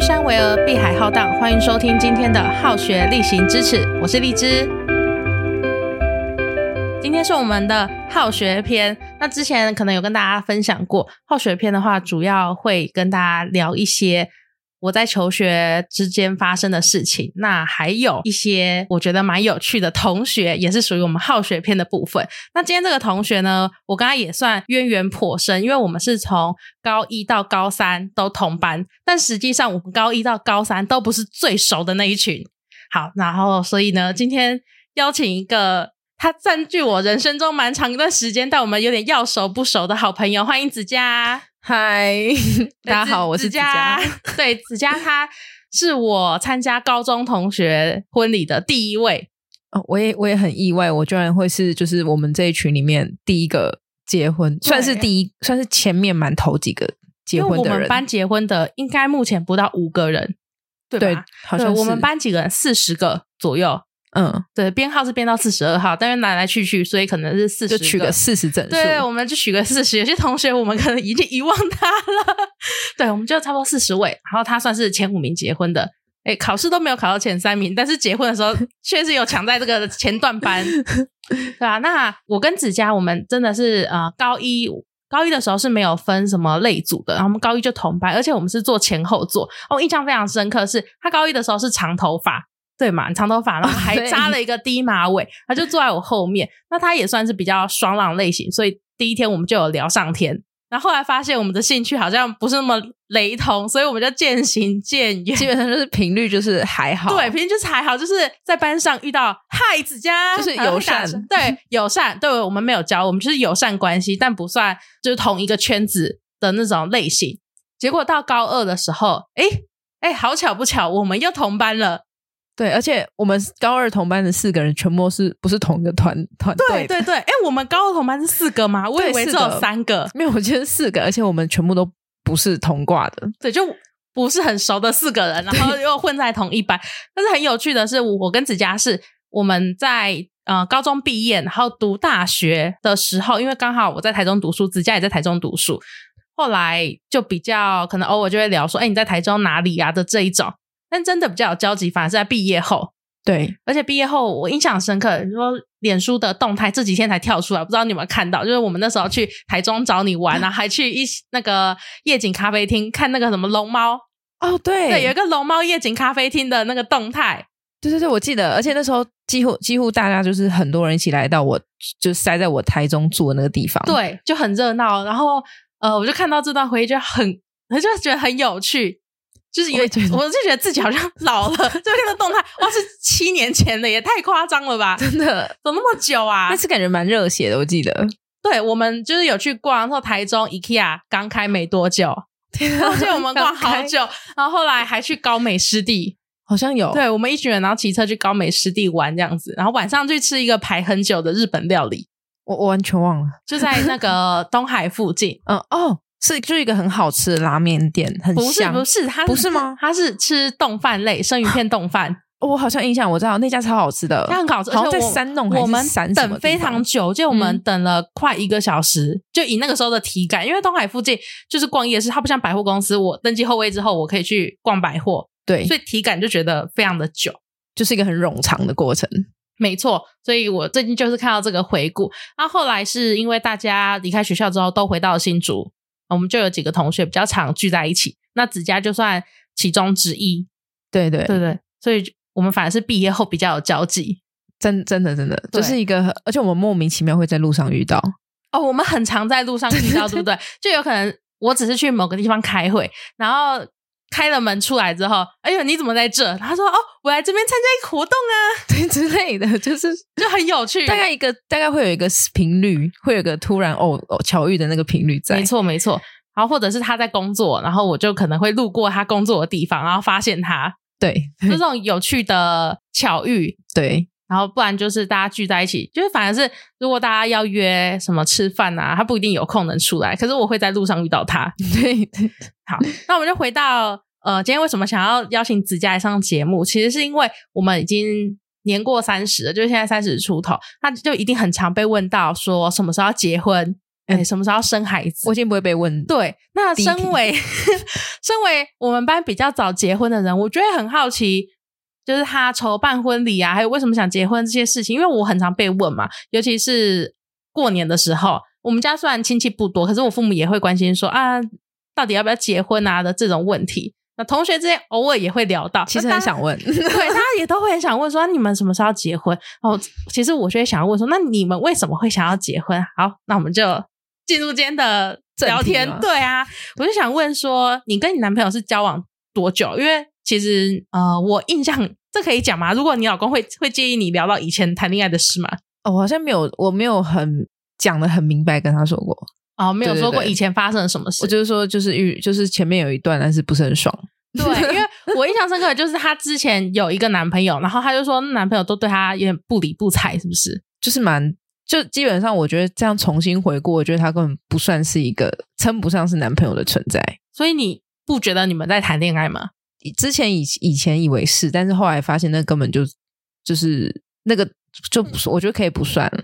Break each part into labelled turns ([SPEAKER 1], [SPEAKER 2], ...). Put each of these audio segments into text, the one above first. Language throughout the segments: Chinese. [SPEAKER 1] 山为鹅，碧海浩荡。欢迎收听今天的《好学例行支持》，我是荔枝。今天是我们的好学篇。那之前可能有跟大家分享过，好学篇的话，主要会跟大家聊一些我在求学之间发生的事情。那还有一些我觉得蛮有趣的同学，也是属于我们好学篇的部分。那今天这个同学呢，我跟他也算渊源颇深，因为我们是从高一到高三都同班，但实际上我们高一到高三都不是最熟的那一群。好，然后所以呢，今天邀请一个他占据我人生中蛮长一段时间，但我们有点要熟不熟的好朋友，欢迎子佳。
[SPEAKER 2] 嗨，大家好，
[SPEAKER 1] 对
[SPEAKER 2] 我是子佳。。
[SPEAKER 1] 子 对，子佳她是我参加高中同学婚礼的第一位，
[SPEAKER 2] 哦，我也我也很意外，我居然会是就是我们这一群里面第一个结婚，算是第一，算是前面蛮头几个结
[SPEAKER 1] 因为
[SPEAKER 2] 婚
[SPEAKER 1] 我
[SPEAKER 2] 的
[SPEAKER 1] 们
[SPEAKER 2] 人。
[SPEAKER 1] 班结婚的应该目前不到五个人，对吧？
[SPEAKER 2] 对，好像
[SPEAKER 1] 对
[SPEAKER 2] 是
[SPEAKER 1] 我们班几个人，四十个左右。
[SPEAKER 2] 嗯，
[SPEAKER 1] 对，编号是编到四十二号，但是来来去去，所以可能是四十
[SPEAKER 2] 就取个四十整数。
[SPEAKER 1] 对，我们就取个四十。有些同学我们可能已经遗忘他了， 对，我们就差不多四十位。然后他算是前五名结婚的，哎，考试都没有考到前三名，但是结婚的时候确实有抢在这个前段 班，对啊，那我跟子佳，我们真的是呃高一。高一的时候是没有分什么类组的，然后我们高一就同班，而且我们是坐前后座。哦，印象非常深刻是，他高一的时候是长头发，对嘛，长头发，然后还
[SPEAKER 2] 对
[SPEAKER 1] 扎了一个低马尾，他就坐在我后面。那他也算是比较爽朗类型，所以第一天我们就有聊上天。然后后来发现我们的兴趣好像不是那么雷同，所以我们就渐行渐远。
[SPEAKER 2] 基本上就是频率就是还好。
[SPEAKER 1] 对，，平时就是还好，就是在班上遇到嗨子佳，
[SPEAKER 2] 就是
[SPEAKER 1] 然后
[SPEAKER 2] 友
[SPEAKER 1] 会打
[SPEAKER 2] 善
[SPEAKER 1] 声 对友善，对我们没有交，我们就是友善关系，但不算就是同一个圈子的那种类型。结果到高二的时候，诶诶，好巧不巧，我们又同班了。
[SPEAKER 2] 对，而且我们高二同班的四个人全部都是不是同一个团团
[SPEAKER 1] 对
[SPEAKER 2] 队的？
[SPEAKER 1] 对对，诶，我们高二同班是四个吗？我以
[SPEAKER 2] 对
[SPEAKER 1] 为只
[SPEAKER 2] 四
[SPEAKER 1] 有
[SPEAKER 2] 个
[SPEAKER 1] 三个，
[SPEAKER 2] 没有，我觉得四个，而且我们全部都不是同挂的。
[SPEAKER 1] 对，就不是很熟的四个人，然后又混在同一班。但是很有趣的是，我跟子佳是我们在呃高中毕业，然后读大学的时候，因为刚好我在台中读书，子佳也在台中读书，后来就比较可能偶尔就会聊说，哎、你在台中哪里啊的这一种。但真的比较有交集，反而是在毕业后。
[SPEAKER 2] 对，
[SPEAKER 1] 而且毕业后我印象很深刻，你说脸书的动态这几天才跳出来，不知道你有没有看到？就是我们那时候去台中找你 玩，然后还去一起那个夜景咖啡厅看那个什么龙猫，
[SPEAKER 2] 哦，对
[SPEAKER 1] 对，有一个龙猫夜景咖啡厅的那个动态，
[SPEAKER 2] 对对对，我记得，而且那时候几乎几乎大家就是很多人一起来到我，就塞在我台中住的那个地方。，
[SPEAKER 1] 对，就很热闹。然后呃，我就看到这段回忆，就很，我就觉得很有趣。就是有，
[SPEAKER 2] 我也觉得
[SPEAKER 1] 我就觉得自己好像老了，就 那个动态，哇，是七年前的，也太夸张了吧？
[SPEAKER 2] 真的，
[SPEAKER 1] 怎么那么久啊？
[SPEAKER 2] 那次感觉蛮热血的，我记得。
[SPEAKER 1] 对，我们就是有去逛，然后台中 IKEA 刚开没多 久，
[SPEAKER 2] 啊
[SPEAKER 1] 而且我们逛好久，然后后来还去高美湿地，
[SPEAKER 2] 好像有，
[SPEAKER 1] 对我们一群人，然后骑车去高美湿地玩这样子，然后晚上去吃一个排很久的日本料理，
[SPEAKER 2] 我我完全忘了。
[SPEAKER 1] 就在那个东海附近，
[SPEAKER 2] 嗯，哦，是就一个很好吃的拉面店， 很
[SPEAKER 1] 不是
[SPEAKER 2] 香。
[SPEAKER 1] 不是，他
[SPEAKER 2] 不是吗
[SPEAKER 1] 他是吃冻饭类，生鱼片冻饭，
[SPEAKER 2] 哦我好像印象，我知道那家超好吃的，
[SPEAKER 1] 它很好吃，
[SPEAKER 2] 呃好像
[SPEAKER 1] 而且
[SPEAKER 2] 在
[SPEAKER 1] 我
[SPEAKER 2] 山弄还
[SPEAKER 1] 我
[SPEAKER 2] 是
[SPEAKER 1] 们
[SPEAKER 2] 山什么
[SPEAKER 1] 等非
[SPEAKER 2] 地方
[SPEAKER 1] 常久，就我们
[SPEAKER 2] 嗯
[SPEAKER 1] 等了快一个小时，就以那个时候的体感，因为东海附近就是逛夜市，它不像百货公司，我登记后位之后，我可以去逛百货，
[SPEAKER 2] 对，
[SPEAKER 1] 所以体感就觉得非常的久。
[SPEAKER 2] 就是一个很冗长的过程。
[SPEAKER 1] 没错，所以我最近就是看到这个回顾。那后来是因为大家离开学校之后都回到了新竹，我们就有几个同学比较常聚在一起。那子佳就算其中之一，
[SPEAKER 2] 对对，
[SPEAKER 1] 对对，所以我们反而是毕业后比较有交集。
[SPEAKER 2] 真真的真的，
[SPEAKER 1] 对
[SPEAKER 2] 就是一个很，而且我们莫名其妙会在路 上遇到。
[SPEAKER 1] 哦，我们很常在路上遇到，对不对？就有可能我只是去某个地方开会，然后开了门出来之后，哎呦，你怎么在这？然后他说哦，我来这边参加一个活动啊，
[SPEAKER 2] 对之类的，就是
[SPEAKER 1] 就很有趣。
[SPEAKER 2] 大概一个大概会有一个频率，会有一个突然哦哦巧遇的那个频率在。
[SPEAKER 1] 没，错没错。然后或者是他在工作，然后我就可能会路过他工作的地方，然后发现他，
[SPEAKER 2] 对
[SPEAKER 1] 就这种有趣的巧遇。
[SPEAKER 2] 对
[SPEAKER 1] 然后不然就是大家聚在一起，就是反而是如果大家要约什么吃饭啊，他不一定有空能出来，可是我会在路上遇到他。
[SPEAKER 2] 对对
[SPEAKER 1] 好，那我们就回到呃，今天为什么想要邀请子佳来上节目？其实是因为我们已经年过三十了，就是现在三十出头，那就一定很常被问到说什么时候要结婚，哎、什么时候要生孩子
[SPEAKER 2] 我已？经不会被问。
[SPEAKER 1] 对，那
[SPEAKER 2] 第一题
[SPEAKER 1] 身为身为我们班比较早结婚的人，我就会很好奇，就是他筹办婚礼啊，还有为什么想结婚这些事情，因为我很常被问嘛，尤其是过年的时候，我们家虽然亲戚不多，可是我父母也会关心说啊，到底要不要结婚啊的这种问题。那同学之间偶尔也会聊到，
[SPEAKER 2] 其实
[SPEAKER 1] 那大
[SPEAKER 2] 很
[SPEAKER 1] 家
[SPEAKER 2] 想问，
[SPEAKER 1] 对，他也都会很想问说、啊你们什么时候要结婚？哦，其实我就会想要问说，那你们为什么会想要结婚？好，那我们就进入今天的聊天
[SPEAKER 2] 正题。吗
[SPEAKER 1] 对啊，我就想问说，你跟你男朋友是交往多久？因为其实呃，我印象这可以讲吗？如果你老公会会介意你聊到以前谈恋爱的事吗？
[SPEAKER 2] 哦我好像没有，我没有很讲的很明白跟他说过。
[SPEAKER 1] 哦，没有
[SPEAKER 2] 对对
[SPEAKER 1] 说过
[SPEAKER 2] 对
[SPEAKER 1] 以前发生了什么事
[SPEAKER 2] 我。就是说，就是遇，就是前面有一段，但是不是很爽。
[SPEAKER 1] 对，因为我印象深刻的就是她之前有一个男朋友，然后她就说男朋友都对她有点不理不睬，是不是？
[SPEAKER 2] 就是蛮，就基本上我觉得这样重新回顾，我觉得他根本不算是一个称不上是男朋友的存在。
[SPEAKER 1] 所以你不觉得你们在谈恋爱吗？
[SPEAKER 2] 之前以以前以为是，但是后来发现那根本就就是那个就不，我觉得可以不算了。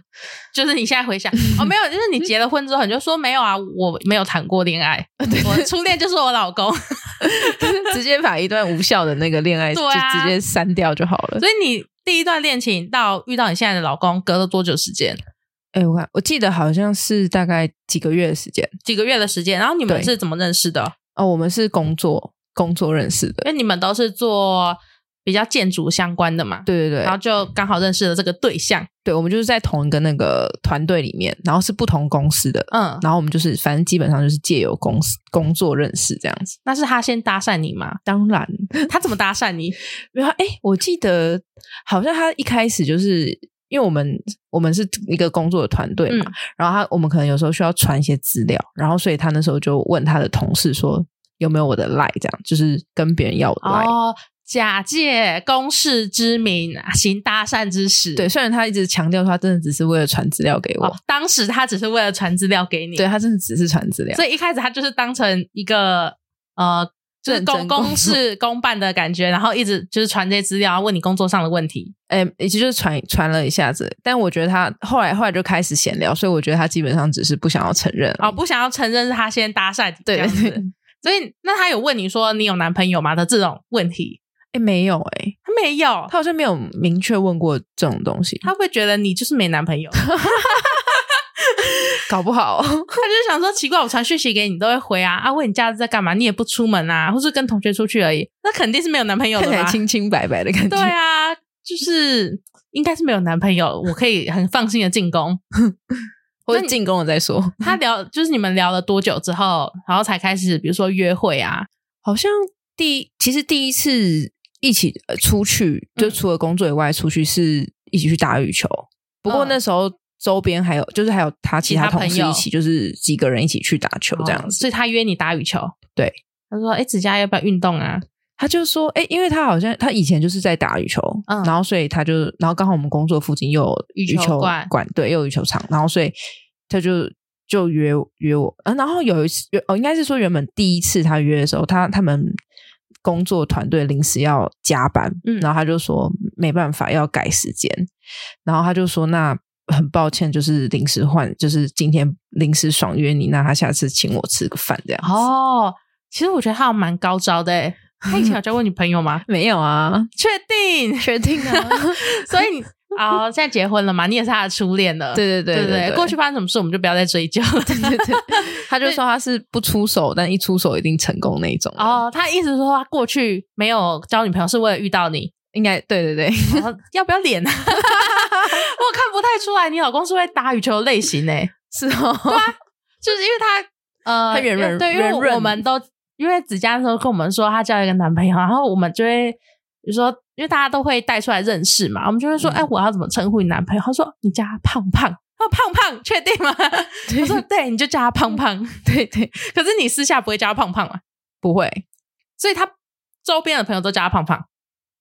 [SPEAKER 1] 就是你现在 回想，哦，没有，就是你结了婚之后，你就说没有啊，我没有谈过恋 爱，我初恋就是我老公， 所
[SPEAKER 2] 直接把一段无效的那个恋爱就
[SPEAKER 1] 对啊
[SPEAKER 2] 直接删掉就好了。
[SPEAKER 1] 以你第一段恋情到遇到你现在的老公，隔了多久时间？
[SPEAKER 2] 哎、我看我记得好像是大概几个月的时间
[SPEAKER 1] 几个月的时间？然后你们
[SPEAKER 2] 对
[SPEAKER 1] 是怎么认识的？
[SPEAKER 2] 哦，我们是工作工作认识的，
[SPEAKER 1] 因为你们都是做比较建筑相关的嘛，
[SPEAKER 2] 对对
[SPEAKER 1] 然后
[SPEAKER 2] 对，
[SPEAKER 1] 就刚好认识了这个对象，
[SPEAKER 2] 对我们就是在同一个那个团队里面，然后是不同公司的，
[SPEAKER 1] 嗯，
[SPEAKER 2] 然后我们就是反正基本上就是借由公司工作认识这样子。
[SPEAKER 1] 那是他先搭讪你 吗？
[SPEAKER 2] 当然，
[SPEAKER 1] 他怎么搭讪 你？
[SPEAKER 2] 没有哎、诶我记得好像他一开始就是因为我们我们是一个工作的团队嘛，
[SPEAKER 1] 嗯
[SPEAKER 2] 然后他我们可能有时候需要传一些资料，然后所以他那时候就问他的同事说有没有我的 line，这样就是跟别人要我的 line。
[SPEAKER 1] 哦，假借公事之名行搭讪之实，
[SPEAKER 2] 对，虽然他一直强调说他真的只是为了传资料给我，
[SPEAKER 1] 哦，当时他只是为了传资料给你，
[SPEAKER 2] 对，他真的只是传资料，
[SPEAKER 1] 所以一开始他就是当成一个呃，就是
[SPEAKER 2] 认真
[SPEAKER 1] 公
[SPEAKER 2] 工作
[SPEAKER 1] 公事公办的感觉，然后一直就是传这些资料，然后问你工作上的问题。
[SPEAKER 2] 哎、也就是传传了一下子，但我觉得他后来后来就开始闲聊，所以我觉得他基本上只是不想要承认
[SPEAKER 1] 哦，不想要承认是他先搭讪，
[SPEAKER 2] 对
[SPEAKER 1] 这样子。所以那他有问你说你有男朋友吗的这种问题，
[SPEAKER 2] 哎、没有哎、
[SPEAKER 1] 他没有，
[SPEAKER 2] 他好像没有明确问过这种东西，
[SPEAKER 1] 他会觉得你就是没男 朋友，他
[SPEAKER 2] 搞不好
[SPEAKER 1] 就想说奇怪，我传讯息给你都会回啊，啊问你假日在干嘛，你也不出门啊，或是跟同学出去而已，那肯定是没有男朋友
[SPEAKER 2] 看
[SPEAKER 1] 的
[SPEAKER 2] 起 来
[SPEAKER 1] 吧？
[SPEAKER 2] 清清白白的感觉。
[SPEAKER 1] 对啊，就是应该是没有男朋友，我可以很放心的进攻。
[SPEAKER 2] 或者进攻了再说。
[SPEAKER 1] 他聊就是你们聊了多久之后，然后才开始，比如说约会啊，
[SPEAKER 2] 好像第其实第一次一起呃出去，就
[SPEAKER 1] 嗯
[SPEAKER 2] 除了工作以外，出去是一起去打羽球。不过
[SPEAKER 1] 嗯
[SPEAKER 2] 那时候周边还有就是还有他其他
[SPEAKER 1] 其他
[SPEAKER 2] 同
[SPEAKER 1] 朋
[SPEAKER 2] 事
[SPEAKER 1] 友
[SPEAKER 2] 一起，就是几个人一起去打球这样
[SPEAKER 1] 哦
[SPEAKER 2] 子。
[SPEAKER 1] 所以他约你打羽球，
[SPEAKER 2] 对，
[SPEAKER 1] 他说：“哎、子佳要不要运动啊
[SPEAKER 2] 他就说，哎、因为他好像他以前就是在打羽球，
[SPEAKER 1] 嗯
[SPEAKER 2] 然后所以他就，然后刚好我们工作附近又有
[SPEAKER 1] 羽球馆
[SPEAKER 2] 馆，对，又有羽球场，然后所以他就就约约我、啊然后有一次，哦，应该是说原本第一次他约的时候，他他们工作团队临时要加班，
[SPEAKER 1] 嗯
[SPEAKER 2] 然后他就说没办法要改时间，然后他就说那。很抱歉，就是临时换，就是今天临时爽约你，那他下次请我吃个饭这样？” 子。？
[SPEAKER 1] 哦，其实我觉得他蛮高招的、欸。他以前有交过女朋友吗
[SPEAKER 2] 没有啊，
[SPEAKER 1] 确定，
[SPEAKER 2] 确定 啊，
[SPEAKER 1] 所以你啊、现在结婚了嘛？你也是他的初恋了，
[SPEAKER 2] 对对对
[SPEAKER 1] 呃对
[SPEAKER 2] 对
[SPEAKER 1] 过去发生什么事我们就不要再追究了。
[SPEAKER 2] 对 对，他就说他是不出手，但一出手一定成功那一种。哦，
[SPEAKER 1] 哦，他意思是说他过去没有交女朋友是为了遇到你，
[SPEAKER 2] 应该对 对对，
[SPEAKER 1] 然后要不要脸啊？我 看不太出来，你老公是会打羽球的类型呢、欸
[SPEAKER 2] 是哦，
[SPEAKER 1] 就是因为他呃，
[SPEAKER 2] 他圆
[SPEAKER 1] 因为
[SPEAKER 2] 润
[SPEAKER 1] 对，因为
[SPEAKER 2] 圆润
[SPEAKER 1] 我我们都因为子佳那时候跟我们说她交了一个男朋友，然后我们就会就说，因为大家都会带出来认识嘛，我们就会说，
[SPEAKER 2] 嗯
[SPEAKER 1] 哎、我要怎么称呼你男朋友？他说你叫他胖胖，他说胖胖，确定吗？我说对，你就叫他胖胖，
[SPEAKER 2] 嗯
[SPEAKER 1] 对对。可是你私下不会叫他胖胖嘛，
[SPEAKER 2] 不会，
[SPEAKER 1] 所以他周边的朋友都叫他胖胖，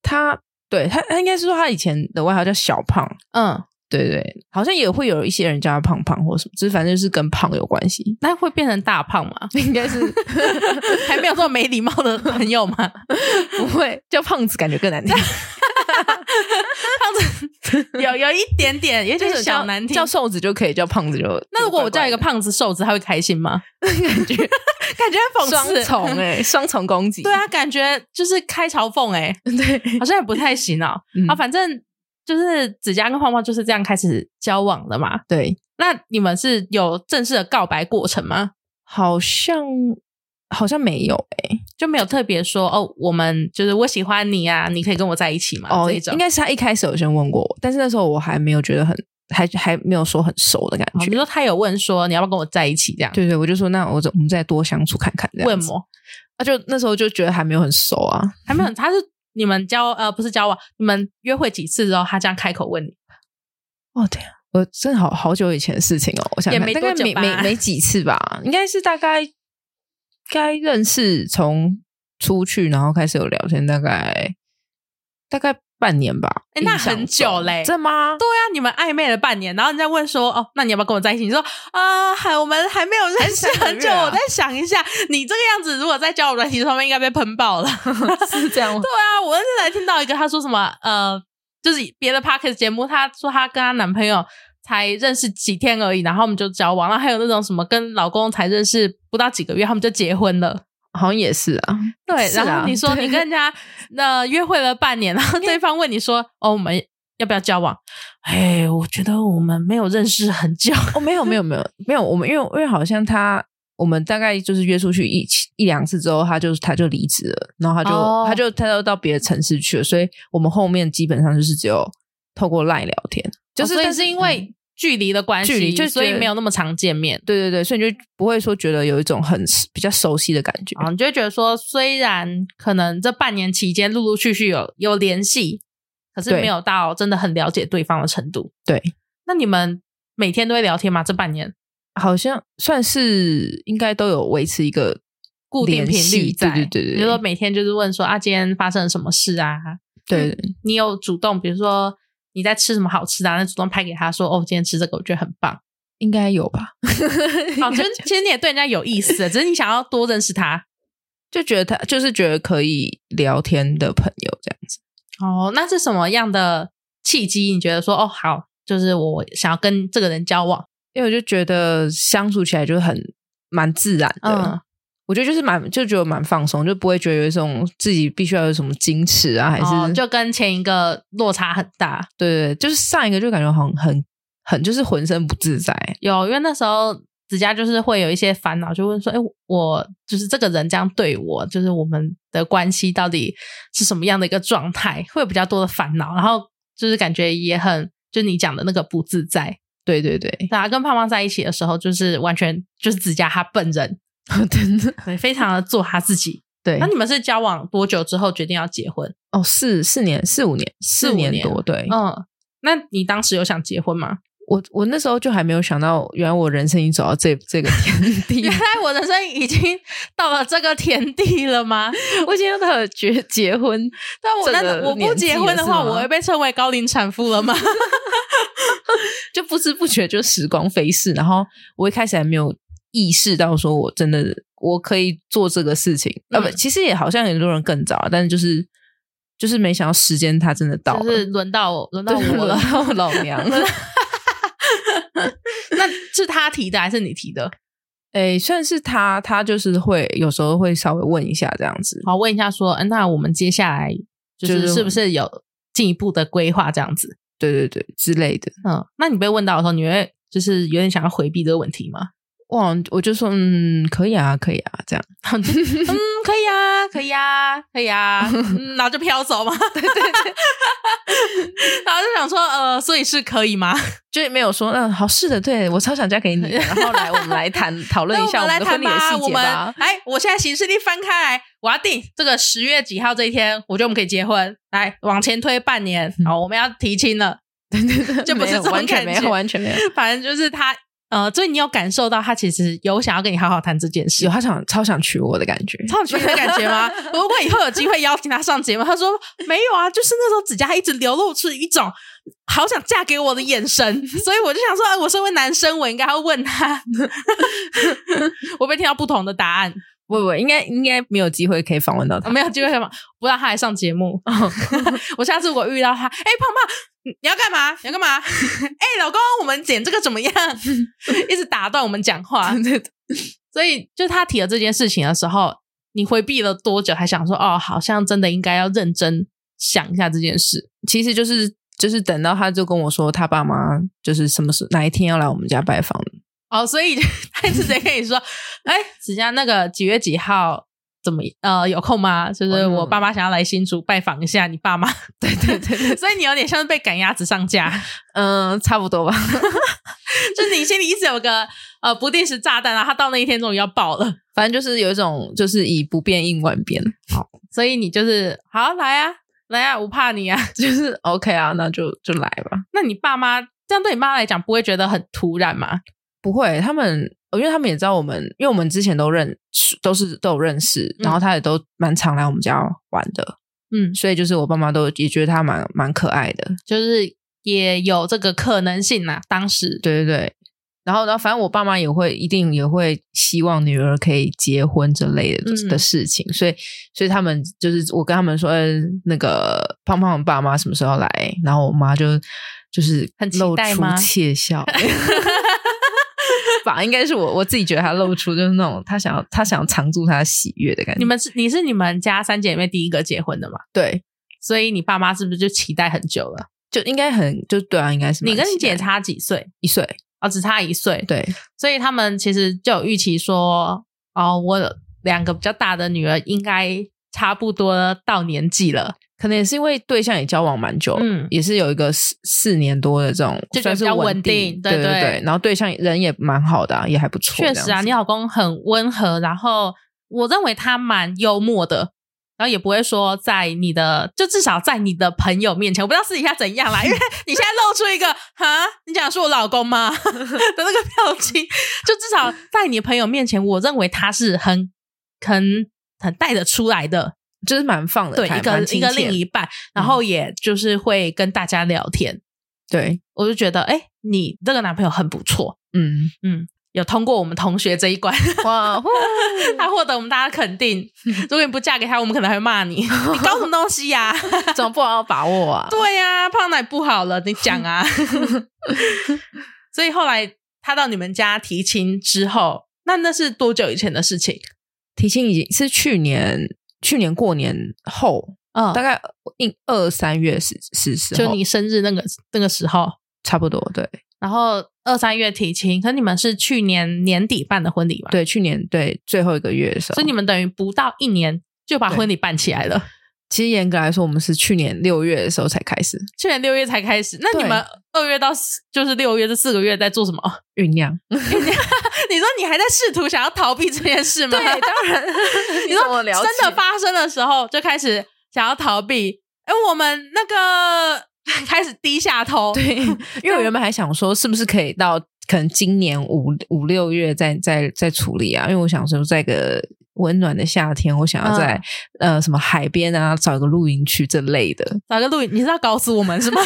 [SPEAKER 2] 他对他他应该是说他以前的外号叫小胖，
[SPEAKER 1] 嗯，
[SPEAKER 2] 对对，好像也会有一些人叫他胖胖或什么，就是反正就是跟胖有关系，
[SPEAKER 1] 那会变成大胖吗？
[SPEAKER 2] 应该 是
[SPEAKER 1] 还没有这么没礼 貌的朋友吗？
[SPEAKER 2] 不会叫胖子，感觉更难听。
[SPEAKER 1] 这样子有有一点点，有一
[SPEAKER 2] 就
[SPEAKER 1] 点
[SPEAKER 2] 是
[SPEAKER 1] 小
[SPEAKER 2] 叫
[SPEAKER 1] 难听
[SPEAKER 2] 叫。瘦子就可以，叫胖子就
[SPEAKER 1] 那如果我叫一个
[SPEAKER 2] 就
[SPEAKER 1] 胖子瘦子，他会开心吗？
[SPEAKER 2] 怪怪的
[SPEAKER 1] 感觉很
[SPEAKER 2] 感觉
[SPEAKER 1] 讽刺
[SPEAKER 2] 双重哎、双重攻击，
[SPEAKER 1] 对啊，感觉就是开嘲讽哎、
[SPEAKER 2] 对
[SPEAKER 1] 好像也不太行哦。
[SPEAKER 2] 嗯
[SPEAKER 1] 啊，反正就是子佳跟胖胖就是这样开始交往的嘛。
[SPEAKER 2] 对，
[SPEAKER 1] 那你们是有正式的告白过程吗？
[SPEAKER 2] 好像好像没有哎、
[SPEAKER 1] 就没有特别说哦，我们就是我喜欢你啊，你可以跟我在一起吗？
[SPEAKER 2] 哦，
[SPEAKER 1] 这一种
[SPEAKER 2] 应该是他一开始有先问过我，但是那时候我还没有觉得很，还还没有说很熟的感
[SPEAKER 1] 哦
[SPEAKER 2] 觉。
[SPEAKER 1] 比如说他有问说你要不要跟我在一起这样？
[SPEAKER 2] 对对，我就说那我我们再多相处看看这样
[SPEAKER 1] 问
[SPEAKER 2] 子。
[SPEAKER 1] 我
[SPEAKER 2] 啊，就那时候就觉得还没有很熟啊，
[SPEAKER 1] 还没有，他是你们交呃不是交往，你们约会几次之后，他这样开口问你，
[SPEAKER 2] 哦天、啊，我真的好好久以前的事情哦，我想
[SPEAKER 1] 也
[SPEAKER 2] 想
[SPEAKER 1] 没
[SPEAKER 2] 看大概
[SPEAKER 1] 多久
[SPEAKER 2] 没
[SPEAKER 1] 吧
[SPEAKER 2] 没没几次 吧，应该是大概该认识从出去然后开始有聊天，大概大概半年吧。
[SPEAKER 1] 诶哎那
[SPEAKER 2] 印象
[SPEAKER 1] 很
[SPEAKER 2] 中
[SPEAKER 1] 久嘞
[SPEAKER 2] 真的 吗？
[SPEAKER 1] 对啊，你们暧昧了半年，然后你再问说哦，那你要不要跟我在一起？你说啊，还、我们还没有认识
[SPEAKER 2] 还是三个
[SPEAKER 1] 很
[SPEAKER 2] 月
[SPEAKER 1] 久，
[SPEAKER 2] 啊
[SPEAKER 1] 我再想一下。你这个样子，如果在交友软体上面，应该被喷爆了。
[SPEAKER 2] 是这样吗？
[SPEAKER 1] 对啊，我那才听到一个他说什么呃，就是别的 p o d c a s t 节目，她说她跟她男朋友才认识几天而已，然后我们就交往，然后还有那种什么跟老公才认识不到几个月，他们就结婚了。
[SPEAKER 2] 好像也是啊。
[SPEAKER 1] 对，
[SPEAKER 2] 是啊
[SPEAKER 1] 然后你说
[SPEAKER 2] 对
[SPEAKER 1] 你跟人家那、呃约会了半年，然后对方问你说哦，我们要不要交往？哎，我觉得我们没有认识很久，
[SPEAKER 2] 哦，没有没有没有没有，我们因为因为好像他我们大概就是约出去一起一两次之后，他就他就离职了，然后他就、
[SPEAKER 1] 哦
[SPEAKER 2] 他就他就到别的城市去了，所以我们后面基本上就是只有透过赖聊天，就、
[SPEAKER 1] 就是是、但
[SPEAKER 2] 但
[SPEAKER 1] 哦是因
[SPEAKER 2] 嗯
[SPEAKER 1] 为距离的关系，
[SPEAKER 2] 距离就
[SPEAKER 1] 所以
[SPEAKER 2] 觉得
[SPEAKER 1] 没有那么常见面。
[SPEAKER 2] 对对对，所以你就不会说觉得有一种很比较熟悉的感觉。
[SPEAKER 1] 啊，你就会觉得说，虽然可能这半年期间陆陆续续有有联系，可是
[SPEAKER 2] 对
[SPEAKER 1] 没有到真的很了解对方的程度。
[SPEAKER 2] 对，
[SPEAKER 1] 那你们每天都会聊天吗？这半年
[SPEAKER 2] 好像算是应该都有维持一个
[SPEAKER 1] 固定频
[SPEAKER 2] 联
[SPEAKER 1] 率
[SPEAKER 2] 系
[SPEAKER 1] 在，
[SPEAKER 2] 对对对
[SPEAKER 1] 比如说
[SPEAKER 2] 对
[SPEAKER 1] 每天就是问说啊，今天发生了什么事啊？
[SPEAKER 2] 对对，
[SPEAKER 1] 你有主动，比如说你在吃什么好吃的、啊，那主动拍给他说，哦，今天吃这个我觉得很棒。
[SPEAKER 2] 应该有吧？
[SPEAKER 1] 好，就是其实你也对人家有意思，只是你想要多认识他。
[SPEAKER 2] 就觉得他就是觉得可以聊天的朋友这样子。
[SPEAKER 1] 哦，那是什么样的契机？你觉得说，哦，好，就是我想要跟这个人交往。
[SPEAKER 2] 因为我就觉得相处起来就很蛮自然的。
[SPEAKER 1] 嗯
[SPEAKER 2] 我觉得就是蛮就觉得蛮放松，就不会觉得有一种自己必须要有什么矜持啊，还是、
[SPEAKER 1] 哦，就跟前一个落差很大。
[SPEAKER 2] 对对对，就是上一个就感觉很很很就是浑身不自在。
[SPEAKER 1] 有，因为那时候子佳就是会有一些烦恼，就问说：“哎、我就是这个人这样对我，就是我们的关系到底是什么样的一个状态？”会有比较多的烦恼，然后就是感觉也很，就你讲的那个不自在。
[SPEAKER 2] 对对对，
[SPEAKER 1] 大家跟胖胖在一起的时候，就是完全就是子佳她本人，
[SPEAKER 2] 真的
[SPEAKER 1] 对，非常的做她自己。
[SPEAKER 2] 对
[SPEAKER 1] 那。你们是交往多久之后决定要结婚？
[SPEAKER 2] 哦，四四年四五年
[SPEAKER 1] 四
[SPEAKER 2] 四
[SPEAKER 1] 五
[SPEAKER 2] 年
[SPEAKER 1] 年
[SPEAKER 2] 多，对、
[SPEAKER 1] 嗯，那你当时有想结婚吗？
[SPEAKER 2] 我我那时候就还没有想到，原来我人生已经走到这这个 田地
[SPEAKER 1] 原，来我人生已经到了这个田地了吗？
[SPEAKER 2] 我已经要到结结婚，
[SPEAKER 1] 但 我
[SPEAKER 2] 这个
[SPEAKER 1] 那我不
[SPEAKER 2] 年纪
[SPEAKER 1] 结婚
[SPEAKER 2] 了
[SPEAKER 1] 的
[SPEAKER 2] 是
[SPEAKER 1] 话，
[SPEAKER 2] 吗
[SPEAKER 1] 我会被称为高龄产妇 了吗？
[SPEAKER 2] 就不知不觉就时光飞逝。然后我一开始还没有意识到，说我真的我可以做这个事情。啊，不，
[SPEAKER 1] 嗯
[SPEAKER 2] 其实也好像很多人更早，啊但是就是就是没想到时间它真的到了，
[SPEAKER 1] 就是轮到我，轮到
[SPEAKER 2] 对
[SPEAKER 1] 我了。
[SPEAKER 2] 到 老娘。
[SPEAKER 1] 那是他提的还是你提的？
[SPEAKER 2] 哎，算是他，他就是会有时候会稍微问一下这样子。
[SPEAKER 1] 好，问一下说，嗯那我们接下来就
[SPEAKER 2] 就是是
[SPEAKER 1] 是不是有进一步的规划这样子？
[SPEAKER 2] 对对对，之类的。
[SPEAKER 1] 嗯，那你被问到的时候，你会就是有点想要回避这个问题吗？
[SPEAKER 2] 哇，我就说嗯，可以啊，可以啊，这样。
[SPEAKER 1] 嗯，可以啊，可以啊，可以 啊，嗯然后就飘走嘛。对对对， 然后就想说，呃，所以是可以吗？
[SPEAKER 2] 就是没有说，嗯，好，是的，对我超想嫁给 你的，然后来我们来谈讨论
[SPEAKER 1] 那
[SPEAKER 2] 一下
[SPEAKER 1] 我们来
[SPEAKER 2] 的
[SPEAKER 1] 谈
[SPEAKER 2] 婚礼的
[SPEAKER 1] 吧，
[SPEAKER 2] 细
[SPEAKER 1] 我
[SPEAKER 2] 节
[SPEAKER 1] 们
[SPEAKER 2] 吧。
[SPEAKER 1] 来，我现在行事历翻开来，我要定这个十月几号这一天，我觉得我们可以结婚。来，往前推半年，
[SPEAKER 2] 嗯
[SPEAKER 1] 好，我们要提亲 了。就不是
[SPEAKER 2] 没有
[SPEAKER 1] 这种
[SPEAKER 2] 完全
[SPEAKER 1] 感
[SPEAKER 2] 没
[SPEAKER 1] 觉
[SPEAKER 2] 有，完全没有。
[SPEAKER 1] 反正就是他，呃，所以你有感受到他其实有想要跟你好好谈这件事
[SPEAKER 2] 有。他想超想娶我的感觉，
[SPEAKER 1] 超有趣的感觉 吗？如果以后有机会邀请他上节目，他说没有啊，就是那时候子佳一直流露出一种好想嫁给我的眼 神，所以我就想说， 呃我身为男生，我应该要问他。我被听到不同的答案，
[SPEAKER 2] 不不，应该应该没有机会可以访问到
[SPEAKER 1] 我
[SPEAKER 2] 他。
[SPEAKER 1] 没有机会干嘛？不让他来上节目。 我下次如果遇到他，哎、胖胖，你你要干嘛？你要干嘛？哎、老公，我们剪这个怎么样？ 一直打断我们讲话。 所以，就他提了这件事情的时候，你回避了多久？还想说，哦，好像真的应该要认真想一下这件事。
[SPEAKER 2] 其实就是就是等到他就跟我说他爸妈就是什么时哪一天要来我们家拜访，
[SPEAKER 1] 哦，所以 他一直在跟你说，哎、子佳，那个几月几号怎么呃有空吗？就是
[SPEAKER 2] 嗯
[SPEAKER 1] 我爸妈想要来新竹拜访一下你爸妈。 对对对对， 所以你有点像是被赶鸭子上架。
[SPEAKER 2] 嗯、差不多 吧。
[SPEAKER 1] 就是你心里一直有个呃不定时炸弹啊，他到那一天终于要爆了，
[SPEAKER 2] 反正就是有一种就是以不变应万变，
[SPEAKER 1] 所以你就是好来啊来啊，我怕你啊。
[SPEAKER 2] 就是 OK 啊，那就就来吧。
[SPEAKER 1] 那你爸妈这样对你妈来讲，不会觉得很突然吗？
[SPEAKER 2] 不会，他们因为他们也知道我们，因为我们之前都认都是都有认识，然后他也都蛮常来我们家玩的，
[SPEAKER 1] 嗯，
[SPEAKER 2] 所以就是我爸妈都也觉得他蛮蛮可爱的。
[SPEAKER 1] 就是也有这个可能性呐、当时
[SPEAKER 2] 对对对。然后，然后，反正我爸妈也会，一定也会希望女儿可以结婚之类的、
[SPEAKER 1] 嗯
[SPEAKER 2] 的事情，所以，所以他们就是我跟他们说，呃，那个胖胖爸妈什么时候来？然后我妈就就是
[SPEAKER 1] 很期
[SPEAKER 2] 露
[SPEAKER 1] 待
[SPEAKER 2] 出
[SPEAKER 1] 吗
[SPEAKER 2] 窃笑， 吧，应该是我我自己觉得她露出就是那种她想要她想藏住她的喜悦的感觉。
[SPEAKER 1] 你们是你是你们家三姐妹第一个结婚的嘛？
[SPEAKER 2] 对，
[SPEAKER 1] 所以你爸妈是不是就期待很久了？
[SPEAKER 2] 就应该很就对啊，应该是
[SPEAKER 1] 你
[SPEAKER 2] 蛮
[SPEAKER 1] 跟你
[SPEAKER 2] 期待
[SPEAKER 1] 姐差几岁？
[SPEAKER 2] 一岁，
[SPEAKER 1] 哦，只差一岁，
[SPEAKER 2] 对，
[SPEAKER 1] 所以他们其实就有预期说，哦，我有两个比较大的女儿应该差不多到年纪了，
[SPEAKER 2] 可能也是因为对象也交往蛮久，
[SPEAKER 1] 嗯
[SPEAKER 2] 嗯，也是有一个四四年多的这种，
[SPEAKER 1] 就觉得
[SPEAKER 2] 算
[SPEAKER 1] 比
[SPEAKER 2] 是
[SPEAKER 1] 较
[SPEAKER 2] 稳
[SPEAKER 1] 稳定对
[SPEAKER 2] 对
[SPEAKER 1] 对
[SPEAKER 2] 对。然后对象人也蛮好的、啊，也还不错。
[SPEAKER 1] 确实啊，
[SPEAKER 2] 这
[SPEAKER 1] 你
[SPEAKER 2] 样
[SPEAKER 1] 老公很温和，然后我认为他蛮幽默的，然后也不会说在你的，就至少在你的朋友面前，我不知道私底下怎样啦， 因为你现在露出一个哈，你讲是我老公吗的那个表情，就至少在你朋友面前，我认为他是很很很带得出来的，
[SPEAKER 2] 子就是蛮放的，
[SPEAKER 1] 对
[SPEAKER 2] 还
[SPEAKER 1] 一个
[SPEAKER 2] 蛮
[SPEAKER 1] 一
[SPEAKER 2] 亲
[SPEAKER 1] 个
[SPEAKER 2] 切
[SPEAKER 1] 另一半，然后也就是会跟大家聊天，
[SPEAKER 2] 对，
[SPEAKER 1] 我就觉得哎、你这个男朋友很不错，
[SPEAKER 2] 嗯，
[SPEAKER 1] 嗯，有通过我们同学这一关。 哦
[SPEAKER 2] 哇，呼
[SPEAKER 1] 他获得我们大家肯 定。如果你不嫁给他，我们可能还会骂你， 你搞什么东西呀、
[SPEAKER 2] 怎么不好好把握啊？
[SPEAKER 1] 对呀、胖奶不好了，你讲 啊。所以后来他到你们家提亲之后，那那是多久以前的事情？
[SPEAKER 2] 提亲已经是去年，去年过年后，
[SPEAKER 1] 嗯
[SPEAKER 2] 大概应二三月是是时候，
[SPEAKER 1] 就你啊生日那个那个时候，
[SPEAKER 2] 差不多，对
[SPEAKER 1] 然后二三月提亲，可你们是去年年底办的婚礼吧？，
[SPEAKER 2] 对，去年对最后一个月的时候，
[SPEAKER 1] 所以你们等于不到一年就把
[SPEAKER 2] 对
[SPEAKER 1] 婚礼办起来了。
[SPEAKER 2] 其实严格来说，我们是去年六月的时候才开始
[SPEAKER 1] 去年六月才开始，那你
[SPEAKER 2] 对
[SPEAKER 1] 们二月到四就是六月这四个月在做什么？
[SPEAKER 2] 酝酿，
[SPEAKER 1] 你说你还在试图想要逃避这件事 吗？
[SPEAKER 2] 然，
[SPEAKER 1] 你说真的发生的时候就开始想要逃避。哎，我们那个开始低下 头，
[SPEAKER 2] 对，因为我原本还想说，是不是可以到可能今年五五六月再再再处理啊？因为我想说，在一个温暖的夏天，我想要在、呃什么海边啊，找一个露营区这类 的。
[SPEAKER 1] 找个录影，你是要搞死我们是吗？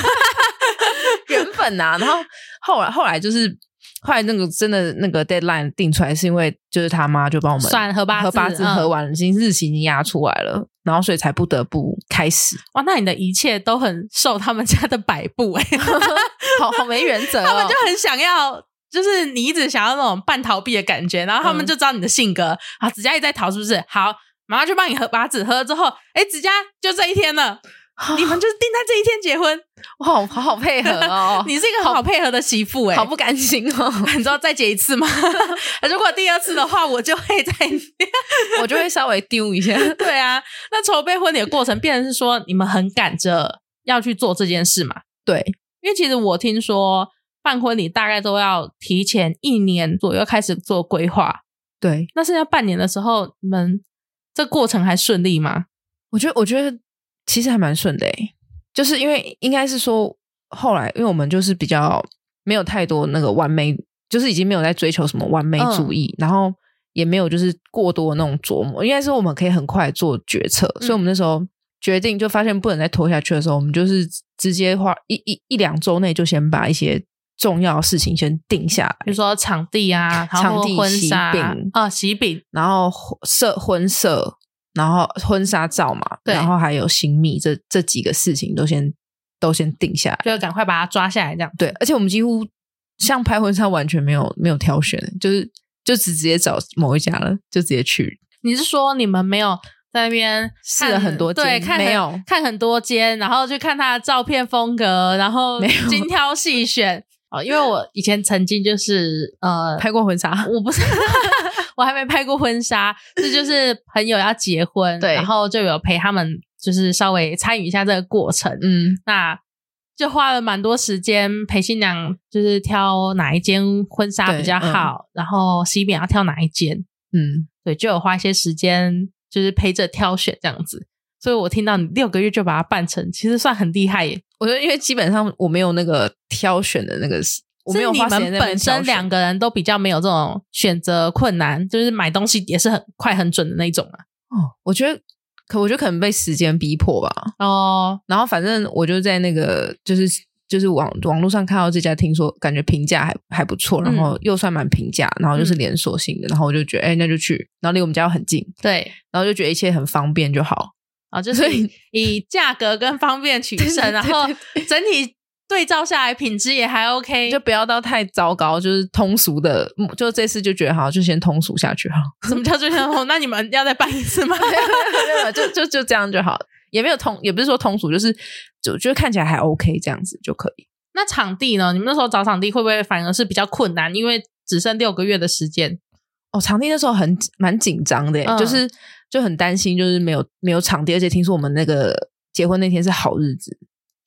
[SPEAKER 2] 原本啊，然后后来后来就是后来那个真的那个 deadline 定出来，是因为就是他妈就帮我们
[SPEAKER 1] 算合八字
[SPEAKER 2] 合八字
[SPEAKER 1] 嗯
[SPEAKER 2] 合完了，已经日期已经压出来了，然后所以才不得不开始，
[SPEAKER 1] 哇，那你的一切都很受他们家的摆布 哎、
[SPEAKER 2] 好好没原 则、哦，
[SPEAKER 1] 他们就很想要。就是你一直想要那种半逃避的感觉，然后他们
[SPEAKER 2] 嗯
[SPEAKER 1] 就知道你的性格、啊。子佳一直在逃，是不是？好，妈妈就帮你喝把子喝了之后，哎，子佳就这一天了，
[SPEAKER 2] 哦
[SPEAKER 1] 你们就是定在这一天结婚。，
[SPEAKER 2] 我好好好配合哦
[SPEAKER 1] 你是一个很好配合的媳妇哎、
[SPEAKER 2] 好不甘心哦。
[SPEAKER 1] 你知道再结一次吗？ 如果第二次的话，我就会再
[SPEAKER 2] 我就会稍微丢一 下。
[SPEAKER 1] 对啊。那筹备婚礼的过程，变成是说你们很赶着要去做这件事嘛？
[SPEAKER 2] 对，
[SPEAKER 1] 因为其实我听说办婚礼大概都要提前一年左右开始做规划。
[SPEAKER 2] 对，
[SPEAKER 1] 那剩下半年的时候，你们这过程还顺利吗？
[SPEAKER 2] 我觉得我觉得其实还蛮顺的诶，就是因为应该是说后来，因为我们就是比较没有太多那个完美，就是已经没有在追求什么完美主义，然后也没有就是过多的那种琢磨，应该是我们可以很快做决策，所以我们那时候。决定就发现不能再拖下去的时候，我们就是直接花一一一两周内就先把一些重要的事情先定下来，
[SPEAKER 1] 比如说场地啊，然后
[SPEAKER 2] 哎场地
[SPEAKER 1] 婚纱
[SPEAKER 2] 喜饼
[SPEAKER 1] 啊，喜饼，
[SPEAKER 2] 然后婚摄婚摄，然后婚纱照嘛，
[SPEAKER 1] 对
[SPEAKER 2] 然后还有新密这这几个事情都先都先定下来。
[SPEAKER 1] 就赶快把它抓下来，这样
[SPEAKER 2] 对，而且我们几乎像拍婚纱完全没有没有挑选，就是就只直接找某一家了，就直接去。
[SPEAKER 1] 你是说你们没有在那边
[SPEAKER 2] 试
[SPEAKER 1] 看
[SPEAKER 2] 了很多间
[SPEAKER 1] 对，看很
[SPEAKER 2] 没有
[SPEAKER 1] 看很多间，然后去看他的照片风格，然后
[SPEAKER 2] 没有
[SPEAKER 1] 精挑细选哦。因为我以前曾经就是呃，
[SPEAKER 2] 拍过婚纱，
[SPEAKER 1] 我不是， 我还没拍过婚纱，这就是朋友要结婚，
[SPEAKER 2] 对
[SPEAKER 1] 然后就有陪他们，就是稍微参与一下这个过程，
[SPEAKER 2] 嗯，
[SPEAKER 1] 那。就花了蛮多时间陪新娘，就是挑哪一间婚纱
[SPEAKER 2] 对
[SPEAKER 1] 比较
[SPEAKER 2] 嗯
[SPEAKER 1] 好，然后西饼要挑哪一间，
[SPEAKER 2] 嗯，
[SPEAKER 1] 对，就有花一些时间，就是陪着挑选这样子。所以我听到你六个月就把它办成，其实算很厉害耶。
[SPEAKER 2] 我觉得因为基本上我没有那个挑选的那个时，我没有
[SPEAKER 1] 是你
[SPEAKER 2] 花时
[SPEAKER 1] 们
[SPEAKER 2] 间在那边
[SPEAKER 1] 本
[SPEAKER 2] 挑
[SPEAKER 1] 身
[SPEAKER 2] 选
[SPEAKER 1] 两个人都比较没有这种选择困难，就是买东西也是很快很准的那一种啊嘛。
[SPEAKER 2] 哦，我觉得可我觉得可能被时间逼迫吧，
[SPEAKER 1] 哦，
[SPEAKER 2] 然后反正我就在那个就是就是网网络上看到这家，听说感觉评价还还不错，然后又算蛮平价，然后就是连锁性的，然后我就觉得哎、那就去，然后离我们家又很近，
[SPEAKER 1] 对，
[SPEAKER 2] 然后就觉得一切很方便就好。
[SPEAKER 1] 啊，就
[SPEAKER 2] 所
[SPEAKER 1] 是
[SPEAKER 2] 以
[SPEAKER 1] 以以价格跟方便 取
[SPEAKER 2] 对
[SPEAKER 1] 胜，
[SPEAKER 2] 对
[SPEAKER 1] 然后
[SPEAKER 2] 对
[SPEAKER 1] 整体对照下来品质也还 OK。
[SPEAKER 2] 就不要到太糟糕，就是通俗的，嗯就这次就觉得好，就先通俗下去 好，
[SPEAKER 1] 什么叫最先锋？那你们要再办一次吗？
[SPEAKER 2] 啊就就就这样就好，也没有通，也不是说通俗，就是就觉得看起来还 OK 这样子就可以。
[SPEAKER 1] 那场地呢？你们那时候找场地会不会反而是比较困难？因为只剩六个月的时间。
[SPEAKER 2] 哦，场地那时候很蛮紧张的耶、
[SPEAKER 1] 嗯
[SPEAKER 2] 就是就很担心，就是没有没有场地，而且听说我们那个结婚那天是好日子，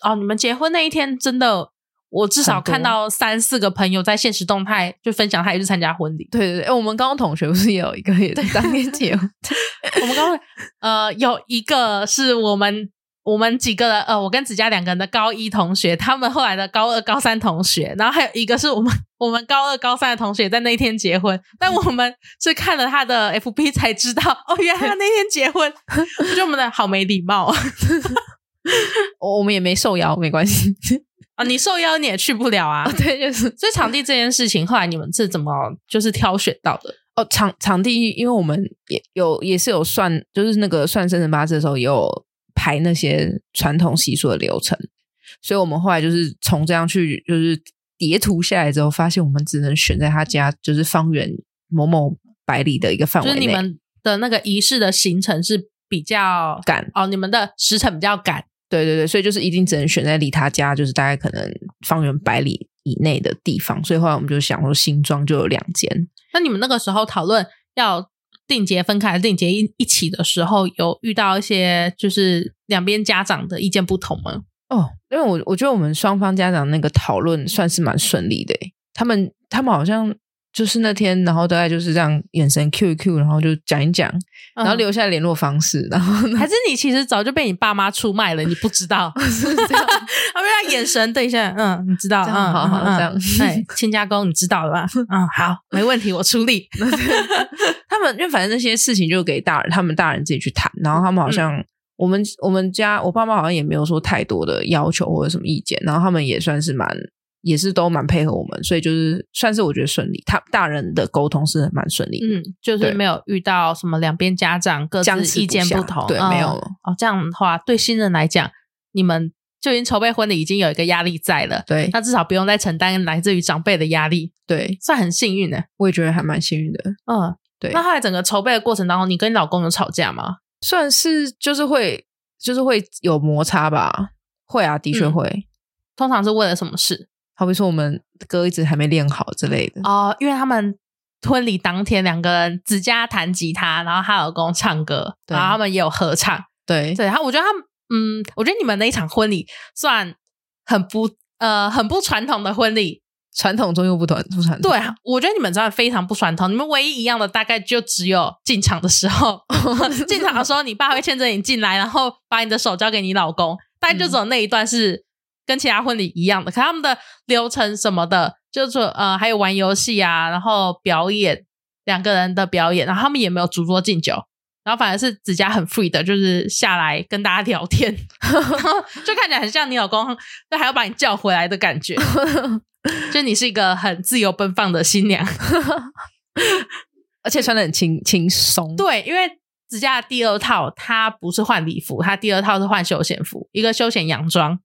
[SPEAKER 1] 哦，你们结婚那一天真的，我至少
[SPEAKER 2] 很多。
[SPEAKER 1] 看到三 四个朋友在现实动态就分享他也去参加婚礼
[SPEAKER 2] 对对对，哎我们高中同学不是也有一个也是当天结婚，
[SPEAKER 1] 我们刚刚呃有一个是我们我们几个人呃，我跟子佳两个人的高一同学，他们后来的高二、高三同学，然后还有一个是我们 我们高二、高三的同学在那一天结婚，但我们是看了他的 FB 才知道哦，原来他那天结 婚，我觉得我们的好没礼貌啊
[SPEAKER 2] 我我们也没受邀，没关系。
[SPEAKER 1] 啊！你受邀你也去不了啊
[SPEAKER 2] 啊，，对，就是
[SPEAKER 1] 所以场地这件事情，后来你们是怎么就是挑选到的？
[SPEAKER 2] 哦，场场地，因为我们也有也是有算，就是那个算生辰八字的时候，也有排那些传统习俗的流程，所以我们后来就是从这样去，就是叠图下来之后，发现我们只能选在他家，就是方圆某某百里的一个范围
[SPEAKER 1] 就是
[SPEAKER 2] 内。
[SPEAKER 1] 你们的那个仪式的行程是比较
[SPEAKER 2] 赶
[SPEAKER 1] 哦，你们的时辰比较赶，
[SPEAKER 2] 对对对，所以就是一定只能选在离他家就是大概可能方圆百里以内的地方。所以后来我们就想说，新庄就有两间，
[SPEAKER 1] 那你们那个时候讨论要定结分开还是定结一一起的时候，有遇到一些就是两边家长的意见不同吗？
[SPEAKER 2] 哦，因为我我觉得我们双方家长那个讨论算是蛮顺利的欸，他们他们好像就是那天，然后大概就是这样眼神 Q 一 Q，然后就讲一讲，然后
[SPEAKER 1] 嗯
[SPEAKER 2] 留下联络方式， 然后呢
[SPEAKER 1] 还是你其实早就被你爸妈出卖了，你不知 道？
[SPEAKER 2] 是这 样，
[SPEAKER 1] 他们要眼神对一下，嗯，你知道，
[SPEAKER 2] 这
[SPEAKER 1] 嗯，
[SPEAKER 2] 样好好
[SPEAKER 1] 嗯嗯
[SPEAKER 2] 这样
[SPEAKER 1] 哎，亲家公，你知道了吧？嗯，好，没问题，我出力。
[SPEAKER 2] 他们因为反正那些事情就给大人，他们大人自己去谈，然后他们好
[SPEAKER 1] 嗯
[SPEAKER 2] 像。我们我们家我爸妈好像也没有说太多的要求或者什么意见，然后他们也算是蛮也是都蛮配合我们，所以就是算是我觉得顺利。他大人的沟通是蛮顺利的，
[SPEAKER 1] 嗯，就是
[SPEAKER 2] 对
[SPEAKER 1] 没有遇到什么两边家长各
[SPEAKER 2] 僵
[SPEAKER 1] 自
[SPEAKER 2] 持
[SPEAKER 1] 意
[SPEAKER 2] 不
[SPEAKER 1] 见
[SPEAKER 2] 下
[SPEAKER 1] 同，
[SPEAKER 2] 对
[SPEAKER 1] 嗯
[SPEAKER 2] 没有
[SPEAKER 1] 哦。这样的话，对新人来讲，你们就已经筹备婚礼，已经有一个压力在了，
[SPEAKER 2] 对
[SPEAKER 1] 那至少不用再承担来自于长辈的压力，
[SPEAKER 2] 对，
[SPEAKER 1] 算很幸运的。
[SPEAKER 2] 我也觉得还蛮幸运的。
[SPEAKER 1] 嗯，
[SPEAKER 2] 对
[SPEAKER 1] 那后来整个筹备的过程当中，你跟你老公有吵架吗？
[SPEAKER 2] 算是就是会就是会有摩擦吧，会啊，的确
[SPEAKER 1] 嗯
[SPEAKER 2] 会。
[SPEAKER 1] 通常是为了什么事？
[SPEAKER 2] 好比说我们歌一直还没练好之类的，
[SPEAKER 1] 哦，因为他们。婚礼当天，两个人子佳弹吉他，然后她老公唱歌，
[SPEAKER 2] 对
[SPEAKER 1] 然后他们也有合唱，
[SPEAKER 2] 对
[SPEAKER 1] 对他，我觉得他们，嗯，我觉得你们那一场婚礼算很不呃很不传统的婚礼。
[SPEAKER 2] 传统中又不传不传统
[SPEAKER 1] 对，啊我觉得你们算非常不传统。你们唯一一样的大概就只有进场的时候，进场的时候你爸会牵着你进来，然后把你的手交给你老公，大概就只有那一段是跟其他婚礼一样的。可他们的流程什么的，就是说呃还有玩游戏啊，然后表演两个人的表演，然后他们也没有主桌敬酒。然后反而是子佳很 free 的，就是下来跟大家聊天，然后就看起来很像你老公，但还要把你叫回来的感觉，就你是一个很自由奔放的新娘。
[SPEAKER 2] 而且穿的很轻轻松。
[SPEAKER 1] 对，因为子佳的第二套她不是换礼服，她第二套是换休闲服，一个休闲洋装。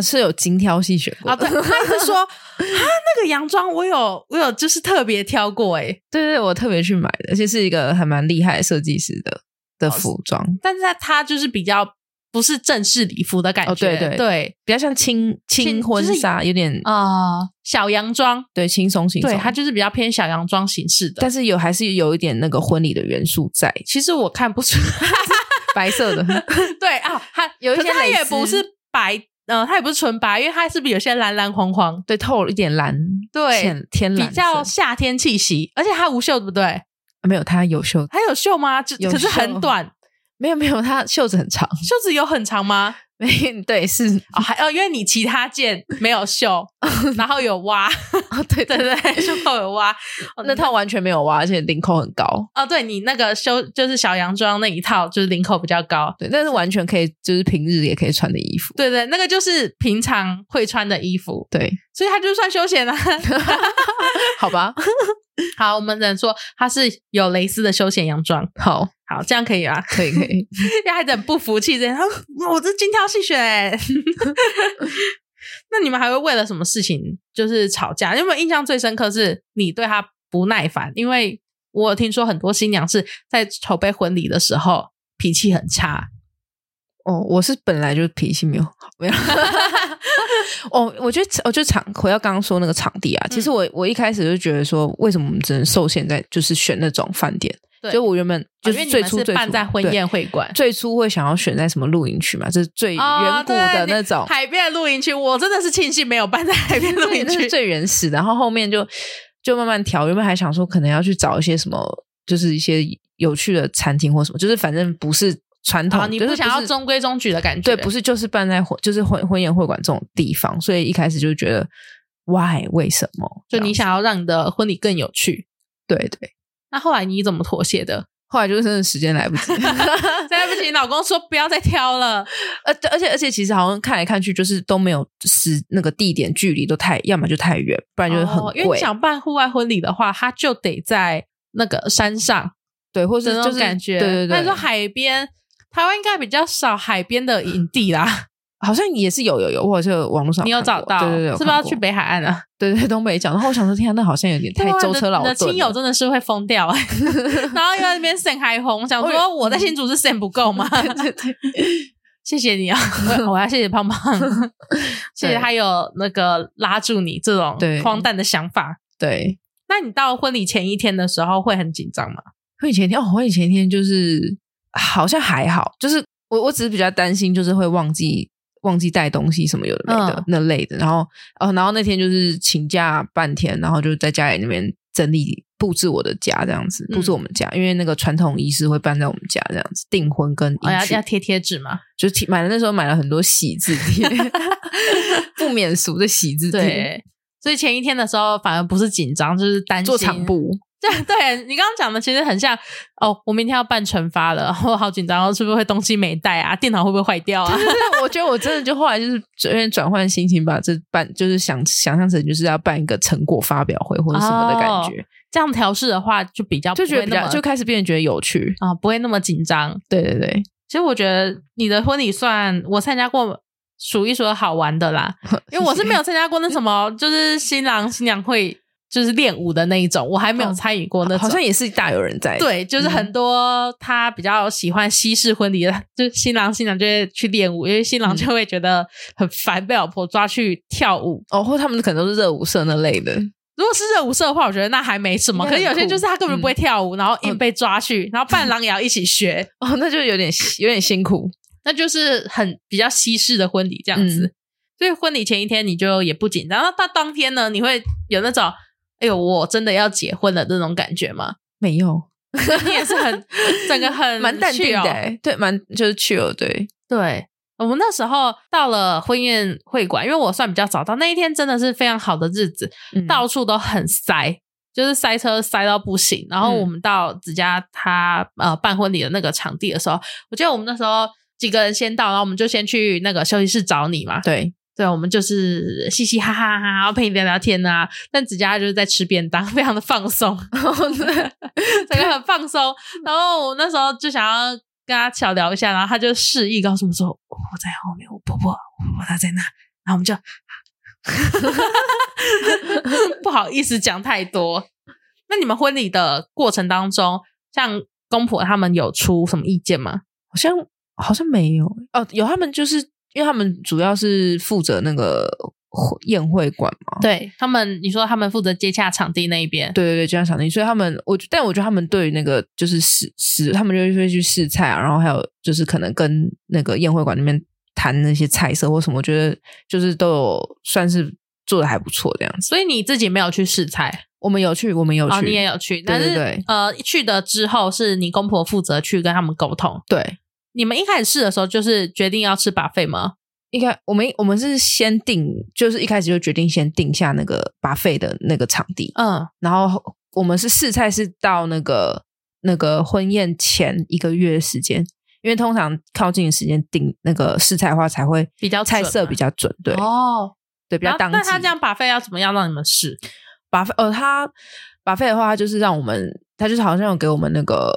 [SPEAKER 2] 是有精挑细选过
[SPEAKER 1] 啊，
[SPEAKER 2] 的。
[SPEAKER 1] 对，他是说啊，那个洋装我有我有就是特别挑过欸诶、
[SPEAKER 2] 对对，我特别去买的，而且是一个还蛮厉害的设计师的的服装，
[SPEAKER 1] 但哦是他他就是比较不是正式礼服的感觉，
[SPEAKER 2] 哦对对
[SPEAKER 1] 对
[SPEAKER 2] 比较像轻
[SPEAKER 1] 轻
[SPEAKER 2] 轻婚纱，有点
[SPEAKER 1] 啊、小洋装，
[SPEAKER 2] 对轻松轻松。
[SPEAKER 1] 对，它就是比较偏小洋装形式的。
[SPEAKER 2] 但是有还是有一点那个婚礼的元素在，
[SPEAKER 1] 其实我看不出
[SPEAKER 2] 白色的，
[SPEAKER 1] 来，对 啊，它
[SPEAKER 2] 有一些
[SPEAKER 1] 可是它
[SPEAKER 2] 蕾丝
[SPEAKER 1] 也不是白，呃，它也不是纯白，因为它是不是有些蓝蓝黄黄，
[SPEAKER 2] 对，透了一点蓝，
[SPEAKER 1] 对
[SPEAKER 2] 浅天蓝
[SPEAKER 1] 比
[SPEAKER 2] 色，
[SPEAKER 1] 较夏天气息，而且它无袖，对不对？
[SPEAKER 2] 没有它有袖，
[SPEAKER 1] 它有袖吗？就
[SPEAKER 2] 有
[SPEAKER 1] 可是
[SPEAKER 2] 袖
[SPEAKER 1] 很 短，
[SPEAKER 2] 没有没有它袖子很长，
[SPEAKER 1] 袖子有很长吗？
[SPEAKER 2] 没 对是
[SPEAKER 1] 哦，还哦，因为你其他件没有袖， 然后有挖，
[SPEAKER 2] 哦 对
[SPEAKER 1] 对
[SPEAKER 2] 对
[SPEAKER 1] 对
[SPEAKER 2] 对，
[SPEAKER 1] 对，袖口有挖。哦
[SPEAKER 2] 那套完全没有挖，而且领口很高，
[SPEAKER 1] 哦，对你那个修就是小洋装那一套，就是领口比较高。
[SPEAKER 2] 对，但是完全可以就是平日也可以穿的衣服，
[SPEAKER 1] 对对，那个就是平常会穿的衣服，
[SPEAKER 2] 对，
[SPEAKER 1] 所以它就算休闲啦、
[SPEAKER 2] 好吧，
[SPEAKER 1] 好，我们只能说它是有蕾丝的休闲洋装。
[SPEAKER 2] 好，
[SPEAKER 1] 好，这样可以啊？
[SPEAKER 2] 可以可以。
[SPEAKER 1] 因为孩子很不服气，这样，啊我这精挑细选、 欸。那你们还会为了什么事情就是吵架？你有没有印象最深刻是你对他不耐烦？因为我有听说很多新娘是在筹备婚礼的时候脾气很差，
[SPEAKER 2] 哦，我是本来就脾气没有好， 没有。哦，我觉得我就场回到刚刚说那个场地啊，
[SPEAKER 1] 嗯
[SPEAKER 2] 其实我我一开始就觉得说，为什么我们只能受限在就是选那种饭店？
[SPEAKER 1] 对哦
[SPEAKER 2] 就我原本就
[SPEAKER 1] 因为
[SPEAKER 2] 是
[SPEAKER 1] 你
[SPEAKER 2] 最
[SPEAKER 1] 们
[SPEAKER 2] 初
[SPEAKER 1] 是
[SPEAKER 2] 最初
[SPEAKER 1] 办在婚
[SPEAKER 2] 对
[SPEAKER 1] 宴会馆。
[SPEAKER 2] 最初会想要选在什么露营区嘛，这是最远古的那种
[SPEAKER 1] 哦哦对你，海边的露营区，我真的是庆幸没有办在海边露
[SPEAKER 2] 对
[SPEAKER 1] 营
[SPEAKER 2] 那是
[SPEAKER 1] 区。
[SPEAKER 2] 最原始的。然后后面就就慢慢调，原本还想说可能要去找一些什么，就是一些有趣的餐厅或什么，就是反正不是传统，
[SPEAKER 1] 哦，你
[SPEAKER 2] 就是
[SPEAKER 1] 不想要
[SPEAKER 2] 是
[SPEAKER 1] 中规中矩的感觉，
[SPEAKER 2] 对，不是就是办在婚就是婚婚宴会馆这种地方，所以一开始就觉得 why 为什么？
[SPEAKER 1] 就你
[SPEAKER 2] 这
[SPEAKER 1] 想
[SPEAKER 2] 样
[SPEAKER 1] 要让你的婚礼更有趣。
[SPEAKER 2] 对对，
[SPEAKER 1] 那后来你怎么妥协的？
[SPEAKER 2] 后来就是真的时间来不及，
[SPEAKER 1] 对不起，你老公说不要再挑了。
[SPEAKER 2] 而对而且而且其实好像看来看去就是都没有时那个地点距离都太，要么就太远，不然就是很
[SPEAKER 1] 哦因为你
[SPEAKER 2] 贵，
[SPEAKER 1] 想办户外婚礼的话，他就得在那个山上，
[SPEAKER 2] 对，或是
[SPEAKER 1] 这
[SPEAKER 2] 就
[SPEAKER 1] 种
[SPEAKER 2] 是
[SPEAKER 1] 感觉。
[SPEAKER 2] 对对
[SPEAKER 1] 那
[SPEAKER 2] 对，
[SPEAKER 1] 你说海边，台湾应该比较少海边的营地 啦。
[SPEAKER 2] 好像也是有有有，或者是网络上
[SPEAKER 1] 你有
[SPEAKER 2] 看
[SPEAKER 1] 找
[SPEAKER 2] 过
[SPEAKER 1] 到？
[SPEAKER 2] 对对对，有
[SPEAKER 1] 是不是
[SPEAKER 2] 看
[SPEAKER 1] 要
[SPEAKER 2] 过
[SPEAKER 1] 去？北海岸啊？
[SPEAKER 2] 对对，东北角。然后我想说，天啊，那好像有点太
[SPEAKER 1] 对啊
[SPEAKER 2] 舟车劳
[SPEAKER 1] 你的
[SPEAKER 2] 顿
[SPEAKER 1] 你的亲友
[SPEAKER 2] 了。
[SPEAKER 1] 真的是会疯掉 哎、然后又在那边 s 海红，想
[SPEAKER 2] 我
[SPEAKER 1] 说
[SPEAKER 2] 有
[SPEAKER 1] 我在新竹是 s 不够 吗？
[SPEAKER 2] 对对
[SPEAKER 1] 谢谢 你啊，我我要谢谢胖胖，谢谢他有那个拉住你这种
[SPEAKER 2] 对
[SPEAKER 1] 荒诞的想法。
[SPEAKER 2] 对，
[SPEAKER 1] 那你到婚礼前一天的时候会很紧张吗？
[SPEAKER 2] 婚礼前一天哦，婚礼前一天就是好像还好，就是我我只是比较担心，就是会忘记忘记带东西什么有的没的、
[SPEAKER 1] 嗯
[SPEAKER 2] 那类的。然后哦，然后那天就是请假半天，然后就在家里那边整理布置我的家这样子，布
[SPEAKER 1] 嗯
[SPEAKER 2] 置我们家，因为那个传统仪式会办在我们家这样子，订婚跟
[SPEAKER 1] 哦、
[SPEAKER 2] 迎
[SPEAKER 1] 要
[SPEAKER 2] 娶、
[SPEAKER 1] 要贴贴纸吗？
[SPEAKER 2] 就挺买了那时候买了很多喜字 贴，不免俗的喜字贴，
[SPEAKER 1] 对，所以前一天的时候反而不是紧张，就是担心
[SPEAKER 2] 做场。 布。
[SPEAKER 1] 对，对你刚刚讲的其实很像哦，我明天要办惩罚了，然 后好紧张，哦是不是会东西没带啊？电脑会不会坏掉 啊？
[SPEAKER 2] 但我觉得我真的就后来就是有点转换心情，把这办就是想想象成就是要办一个成果发表会或者什么的感觉，
[SPEAKER 1] 这样调试的话，就比较
[SPEAKER 2] 就觉得
[SPEAKER 1] 哦不
[SPEAKER 2] 比
[SPEAKER 1] 会那
[SPEAKER 2] 较
[SPEAKER 1] 么
[SPEAKER 2] 就开始变得觉得有趣。
[SPEAKER 1] 啊、不会那么紧张。
[SPEAKER 2] 对对对，
[SPEAKER 1] 其实我觉得你的婚礼算我参加过数一数二好玩的 啦，因为我是没有参加过那什么，就是新郎新娘会就是练舞的那一种，我还没有
[SPEAKER 2] 哦
[SPEAKER 1] 参与过那种。
[SPEAKER 2] 好像也是大有人在。
[SPEAKER 1] 对，就是
[SPEAKER 2] 嗯
[SPEAKER 1] 很多他比较喜欢西式婚礼的， 就是新郎新娘就会去练舞，因为
[SPEAKER 2] 嗯
[SPEAKER 1] 新郎就会觉得很烦被老婆抓去跳舞。
[SPEAKER 2] 哦，或他们可能都是热舞社那类的，
[SPEAKER 1] 如果是热舞社的话，我觉得那还没什么。
[SPEAKER 2] 应
[SPEAKER 1] 可
[SPEAKER 2] 该
[SPEAKER 1] 是有
[SPEAKER 2] 很
[SPEAKER 1] 些
[SPEAKER 2] 酷嗯
[SPEAKER 1] 就是他根本不会跳舞，然后硬被抓去，然后伴郎也要一起学，
[SPEAKER 2] 哦，那就有点有点辛苦。
[SPEAKER 1] 那就是很比较西式的婚礼这样子。
[SPEAKER 2] 嗯
[SPEAKER 1] 所以婚礼前一天你就也不紧张，那到当天呢，你会有那种哎呦我真的要结婚了那种感觉吗？
[SPEAKER 2] 没有，
[SPEAKER 1] 你也是很整个很
[SPEAKER 2] 蛮淡定
[SPEAKER 1] chill
[SPEAKER 2] 的、欸，对，蛮就是去了，对，
[SPEAKER 1] 对，我们那时候到了婚宴会馆，因为我算比较早到，那一天真的是非常好的日子，
[SPEAKER 2] 嗯
[SPEAKER 1] 到处都很塞。就是塞车塞到不行。然后
[SPEAKER 2] 嗯
[SPEAKER 1] 我们到子佳他呃办婚礼的那个场地的时候，我记得我们那时候几个人先到，然后我们就先去那个休息室找你嘛。
[SPEAKER 2] 对，
[SPEAKER 1] 对，我们就是嘻嘻哈哈哈，然后陪你聊聊天啊。但子佳就是在吃便当， 非常的放松，整个很放松。然后我那时候就想要跟他小聊一下，然后他就示意告诉我说：“我在后面，我婆婆，我婆婆她在那。”然后我们就 不好意思讲太多。那你们婚礼的过程当中，像公婆他们有出什么意见吗？
[SPEAKER 2] 好像好像没有哦，有他们就是因为他们主要是负责那个婚宴会馆嘛，
[SPEAKER 1] 对他们，你说他们负责接洽场地那一边，
[SPEAKER 2] 对对对，就像场地，所以他们我但我觉得他们对于那个就是试试，他们就会去试菜啊，然后还有就是可能跟那个宴会馆那边谈那些菜色或什么，我觉得就是都有算是做的还不错这样子。
[SPEAKER 1] 所以你自己没有去试菜，
[SPEAKER 2] 我们有去，我们有去，
[SPEAKER 1] 哦，你也有去，但是
[SPEAKER 2] 对对对
[SPEAKER 1] 呃，去的之后是你公婆负责去跟他们沟通。
[SPEAKER 2] 对，
[SPEAKER 1] 你们一开始试的时候就是决定要吃 buffet 吗？
[SPEAKER 2] 应该我们我们是先定，就是一开始就决定先定下那个把费的那个场地，
[SPEAKER 1] 嗯，
[SPEAKER 2] 然后我们是试菜是到那个那个婚宴前一个月的时间，因为通常靠近的时间定那个试菜的话才会
[SPEAKER 1] 比较
[SPEAKER 2] 菜
[SPEAKER 1] 准
[SPEAKER 2] 色
[SPEAKER 1] 嘛
[SPEAKER 2] 比较准，对、
[SPEAKER 1] 哦，
[SPEAKER 2] 对，比较
[SPEAKER 1] 然后
[SPEAKER 2] 当季。
[SPEAKER 1] 那他这样 buffet 要怎么样让你们试？
[SPEAKER 2] 把费呃他把费的话，他就是让我们他就是好像有给我们那个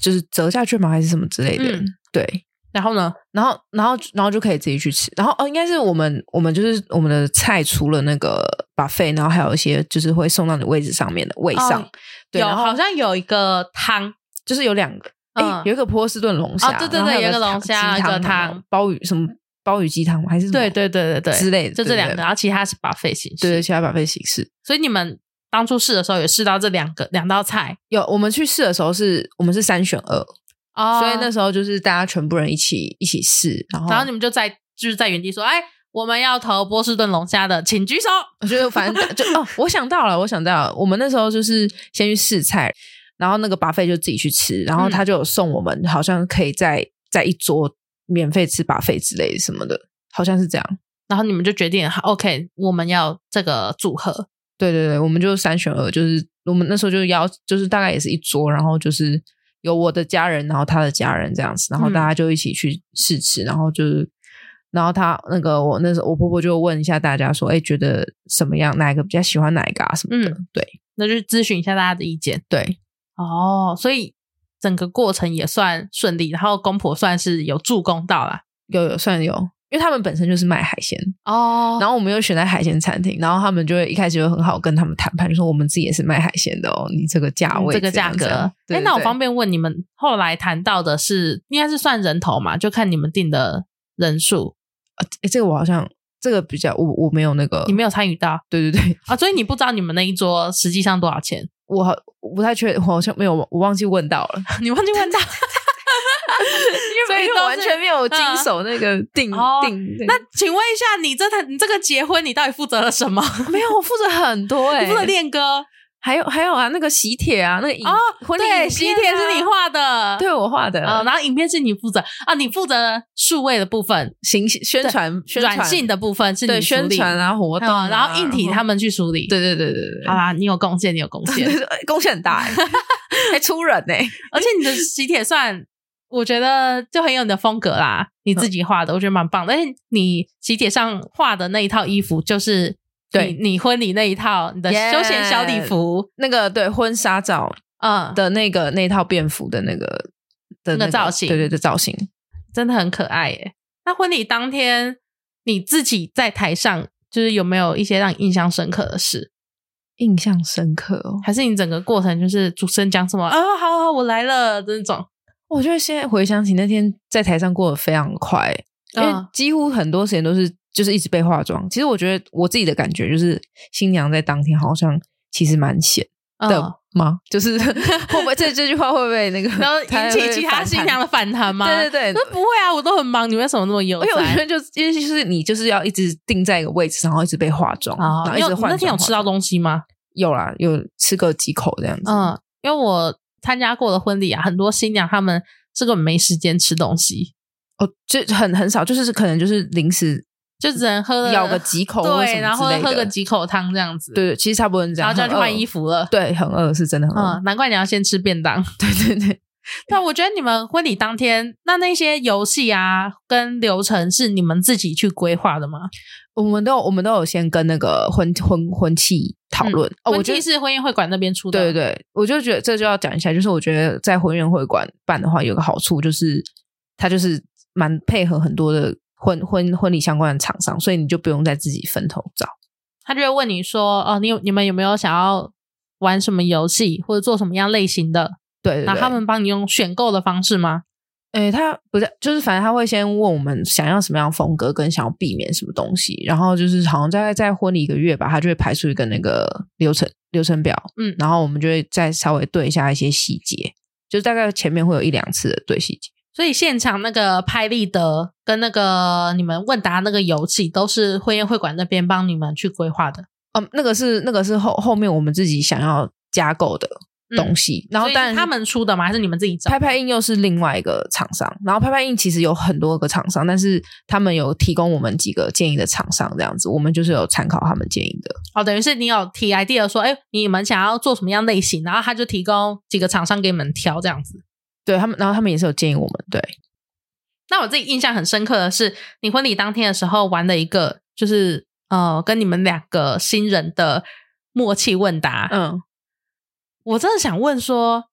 [SPEAKER 2] 就是折价券吗还是什么之类的，
[SPEAKER 1] 嗯
[SPEAKER 2] 对。
[SPEAKER 1] 然后呢？
[SPEAKER 2] 然后，然后，然后就可以自己去吃。然后哦，应该是我们，我们就是我们的菜，除了那个把费，然后还有一些就是会送到你位置上面的位上，
[SPEAKER 1] 哦
[SPEAKER 2] 对，
[SPEAKER 1] 有
[SPEAKER 2] 然后
[SPEAKER 1] 好像有一个汤，
[SPEAKER 2] 就是有两个，哎、
[SPEAKER 1] 嗯
[SPEAKER 2] 有一个波士顿龙虾、
[SPEAKER 1] 哦对对
[SPEAKER 2] 然后还
[SPEAKER 1] 对有一个
[SPEAKER 2] 汤
[SPEAKER 1] 龙虾
[SPEAKER 2] 鸡
[SPEAKER 1] 一个
[SPEAKER 2] 汤
[SPEAKER 1] 汤
[SPEAKER 2] 鲍鱼什么鲍鱼鸡汤吗还是什么
[SPEAKER 1] 对对对对对，
[SPEAKER 2] 之类的，
[SPEAKER 1] 就这两个，
[SPEAKER 2] 对
[SPEAKER 1] 然后其他是 buffet 形式。
[SPEAKER 2] 对对对，其他把费形式。
[SPEAKER 1] 所以你们当初试的时候有试到这两个两道菜
[SPEAKER 2] 有我们去试的时候是，我们是三选二、
[SPEAKER 1] 哦
[SPEAKER 2] 所以那时候就是大家全部人一起一起试，然后
[SPEAKER 1] 然后你们就在就是在原地说，哎，我们要投波士顿龙虾的，请举手。
[SPEAKER 2] 我觉得反正就哦，我想到了，我想到了，我们那时候就是先去试菜，然后那个巴菲就自己去吃，然后
[SPEAKER 1] 嗯
[SPEAKER 2] 他就有送我们，好像可以在在一桌免费吃巴菲之类什么的，好像是这样。
[SPEAKER 1] 然后你们就决定好，OK，我们要这个组合。
[SPEAKER 2] 对对对，我们就三选二，就是我们那时候就邀，就是大概也是一桌，然后就是有我的家人，然后他的家人这样子，然后
[SPEAKER 1] 嗯
[SPEAKER 2] 大家就一起去试吃，然后就是，然后他那个我那时候我婆婆就问一下大家说，哎，觉得什么样，哪一个比较喜欢哪一个啊什么的，
[SPEAKER 1] 嗯
[SPEAKER 2] 对
[SPEAKER 1] 那就咨询一下大家的意见
[SPEAKER 2] 对。
[SPEAKER 1] 哦。所以整个过程也算顺利，然后公婆算是有助公道啦。
[SPEAKER 2] 有有算有，因为他们本身就是卖海鲜，
[SPEAKER 1] 哦然
[SPEAKER 2] 然后我们又选在海鲜餐厅，然后他们就会一开始就很好跟他们谈判，就说我们自己也是卖海鲜的哦，你这个价
[SPEAKER 1] 后嗯
[SPEAKER 2] 位
[SPEAKER 1] 这
[SPEAKER 2] 怎
[SPEAKER 1] 个
[SPEAKER 2] 样、
[SPEAKER 1] 价格，
[SPEAKER 2] 怎样对
[SPEAKER 1] 哎，那我方
[SPEAKER 2] 便
[SPEAKER 1] 便问你们后来谈到的是，应该是算人头嘛？就看你们定的人数，
[SPEAKER 2] 呃这个我好像这个比较我我没有那个，
[SPEAKER 1] 你没有参与到
[SPEAKER 2] 对对对，
[SPEAKER 1] 啊，所以你不知道你们那一桌实际上多少钱，
[SPEAKER 2] 我好我不太确，我好像没有，我忘记问到了，
[SPEAKER 1] 你忘记 问到。
[SPEAKER 2] 所以
[SPEAKER 1] 都
[SPEAKER 2] 我完
[SPEAKER 1] 是
[SPEAKER 2] 全没有经
[SPEAKER 1] 嗯
[SPEAKER 2] 手 那个定、
[SPEAKER 1] 哦
[SPEAKER 2] 定那个
[SPEAKER 1] 那请问一下，你这台你这个结婚，你到底负责了什么？
[SPEAKER 2] 没有，我负责很多 哎、
[SPEAKER 1] 你负责练歌，
[SPEAKER 2] 还有还有啊，那个喜帖啊，那个影、
[SPEAKER 1] 欸哦
[SPEAKER 2] 婚礼
[SPEAKER 1] 对，
[SPEAKER 2] 影
[SPEAKER 1] 喜
[SPEAKER 2] 片
[SPEAKER 1] 帖是
[SPEAKER 2] 啊
[SPEAKER 1] 你画的，
[SPEAKER 2] 对我画的，
[SPEAKER 1] 啊、然后影片是你负责啊，你负责数位的部分，
[SPEAKER 2] 行宣
[SPEAKER 1] 对
[SPEAKER 2] 传宣
[SPEAKER 1] 软
[SPEAKER 2] 传
[SPEAKER 1] 性的部分是你
[SPEAKER 2] 对宣传
[SPEAKER 1] 啊，
[SPEAKER 2] 啊活动啊、
[SPEAKER 1] 嗯然后硬体他们去梳理。
[SPEAKER 2] 对对对对对，
[SPEAKER 1] 好啦，你有贡献，你有贡献，
[SPEAKER 2] 对，贡献很大、欸， 还出人欸呢、
[SPEAKER 1] 而且你的喜帖算，我觉得就很有你的风格啦，
[SPEAKER 2] 嗯
[SPEAKER 1] 你自己画的，我觉得蛮棒的。而且你喜帖上画的那一套衣服，就是
[SPEAKER 2] 对
[SPEAKER 1] 你你婚礼那一套，你的
[SPEAKER 2] Yeah
[SPEAKER 1] 休闲小礼服，
[SPEAKER 2] 那个对婚纱照
[SPEAKER 1] 嗯，
[SPEAKER 2] 的那个那套便服的那个的、
[SPEAKER 1] 那个造型
[SPEAKER 2] 对对对，造型。
[SPEAKER 1] 真的很可爱耶。那婚礼当天你自己在台上，就是有没有一些让你印象深刻的事？
[SPEAKER 2] 印象深刻哦，
[SPEAKER 1] 还是你整个过程就是主持人讲什么啊？好好，我来了这种。
[SPEAKER 2] 我觉得现在回想起那天在台上过得非常快，因为
[SPEAKER 1] 嗯
[SPEAKER 2] 几乎很多时间都是就是一直被化妆。其实我觉得我自己的感觉就是，新娘在当天好像其实蛮闲的
[SPEAKER 1] 嗯，
[SPEAKER 2] 吗？就是 会不会这这句话会不会那个
[SPEAKER 1] 然后
[SPEAKER 2] 她
[SPEAKER 1] 引起
[SPEAKER 2] 会
[SPEAKER 1] 其
[SPEAKER 2] 反
[SPEAKER 1] 他
[SPEAKER 2] 弹
[SPEAKER 1] 新娘的反弹吗？
[SPEAKER 2] 对对对
[SPEAKER 1] 那，不会啊，我 都很忙，你为什么那么悠
[SPEAKER 2] 而且我觉
[SPEAKER 1] 哉？
[SPEAKER 2] 得就是，因为就是你就是要一直定在一个位置，然后一直被化妆，
[SPEAKER 1] 啊，
[SPEAKER 2] 然后
[SPEAKER 1] 你
[SPEAKER 2] 一
[SPEAKER 1] 有
[SPEAKER 2] 直
[SPEAKER 1] 你
[SPEAKER 2] 换。
[SPEAKER 1] 那天有
[SPEAKER 2] 换
[SPEAKER 1] 吃到
[SPEAKER 2] 换
[SPEAKER 1] 东西吗？
[SPEAKER 2] 有啦，有吃个几口这样子。
[SPEAKER 1] 嗯，因为我参加过的婚礼啊，很多新娘她们这个没时间吃东西，
[SPEAKER 2] 哦，就很很少，就是可能就是临时
[SPEAKER 1] 就只能喝了
[SPEAKER 2] 咬个几口或什
[SPEAKER 1] 呃对，
[SPEAKER 2] 么
[SPEAKER 1] 然后
[SPEAKER 2] 之类的
[SPEAKER 1] 喝个几口汤这样子，，
[SPEAKER 2] 对，呃其实差不多是这
[SPEAKER 1] 然后
[SPEAKER 2] 样。
[SPEAKER 1] 就要去换衣
[SPEAKER 2] 服，
[SPEAKER 1] 服了。
[SPEAKER 2] 对，很饿，是真的很饿。
[SPEAKER 1] 嗯，难怪你要先吃便当。
[SPEAKER 2] 对对对，
[SPEAKER 1] 对，我觉得你们婚礼当天那那些游戏啊跟流程是你们自己去规划的吗？
[SPEAKER 2] 我们都有我们都有先跟那个婚婚婚庆讨论。哦，我
[SPEAKER 1] 嗯婚
[SPEAKER 2] 觉
[SPEAKER 1] 庆
[SPEAKER 2] 得
[SPEAKER 1] 是婚宴会馆那边出的，
[SPEAKER 2] 对对对，我就觉得这就要讲一下，就是我觉得在婚宴会馆办的话，有个好处就是它就是蛮配合很多的婚婚婚礼相关的厂商，所以你就不用再自己分头找。
[SPEAKER 1] 他就会问你说：“哦，你有你们有没有想要玩什么游戏，或者做什么样类型的
[SPEAKER 2] 对？”对
[SPEAKER 1] 然
[SPEAKER 2] 对，
[SPEAKER 1] 后他们帮你用选购的方式吗？
[SPEAKER 2] 诶、他不是，就是反正他会先问我们想要什么样的风格，跟想要避免什么东西，然后就是好像在在婚礼一个月吧，他就会排出一个那个流程流程表，
[SPEAKER 1] 嗯
[SPEAKER 2] 然后我们就会再稍微对一下一些细节，就是大概前面会有一两次的对细节。
[SPEAKER 1] 所以现场那个拍立得跟那个你们问答那个游戏都是婚宴会馆那边帮你们去规划的，
[SPEAKER 2] 嗯，那个是那个是后后面我们自己想要加购的东西，然
[SPEAKER 1] 嗯所
[SPEAKER 2] 后
[SPEAKER 1] 以是
[SPEAKER 2] 当然
[SPEAKER 1] 他们出的吗？还是你们自己找？
[SPEAKER 2] 拍拍印又是另外一个厂商，然后拍拍印其实有很多个厂商，但是他们有提供我们几个建议的厂商这样子，我们就是有参考他们建议的。
[SPEAKER 1] 哦，等于是你有提 idea 说，哎，你们想要做什么样类型，然后他就提供几个厂商给你们挑这样子。
[SPEAKER 2] 对他们，然后他们也是有建议我们，对，
[SPEAKER 1] 那我自己印象很深刻的是，你婚礼当天的时候玩的一个，就是呃，跟你们两个新人的默契问答。
[SPEAKER 2] 嗯，
[SPEAKER 1] 我真的想问说，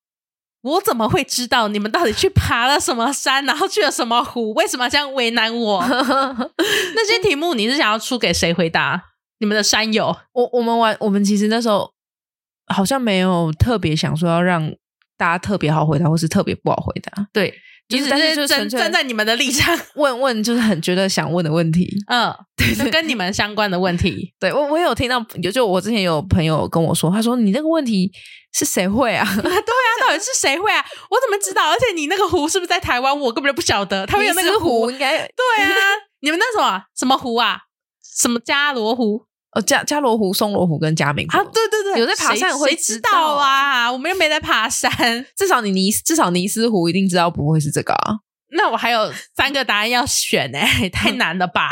[SPEAKER 1] 我怎么会知道你们到底去爬了什么山，然后去了什么湖？为什么要这样为难我？ 那些题目你是想要出给谁回答？你们的山友？
[SPEAKER 2] 我我们玩，我们其实那时候好像没有特别想说要让大家特别好回答，或是特别不好回答，
[SPEAKER 1] 对，
[SPEAKER 2] 就
[SPEAKER 1] 你
[SPEAKER 2] 是
[SPEAKER 1] 只
[SPEAKER 2] 但是就是纯
[SPEAKER 1] 站
[SPEAKER 2] 粹
[SPEAKER 1] 站在你们的立场，
[SPEAKER 2] 问问就是很觉得想问的问题。
[SPEAKER 1] 嗯，就跟你们相关的问题。
[SPEAKER 2] 对我，我有听到，有就我之前有朋友跟我说，他说你那个问题是谁会啊？
[SPEAKER 1] 那到底是谁会啊？我怎么知道？而且你那个湖是不是在台湾？我根本就不晓得，他会有那
[SPEAKER 2] 尼斯
[SPEAKER 1] 个
[SPEAKER 2] 湖，应该
[SPEAKER 1] 对 啊，你们那什么什么湖啊？什么加罗湖
[SPEAKER 2] 哦，加加罗湖、松罗湖跟嘉明湖
[SPEAKER 1] 啊？对对对，
[SPEAKER 2] 有在爬山
[SPEAKER 1] 谁
[SPEAKER 2] 会
[SPEAKER 1] 谁
[SPEAKER 2] 知
[SPEAKER 1] 知
[SPEAKER 2] 道
[SPEAKER 1] 道啊？我们又没在爬山。
[SPEAKER 2] 至少你尼至少尼斯湖一定知道不会是这个啊。
[SPEAKER 1] 那我还有三个答案要选哎、 太难了吧？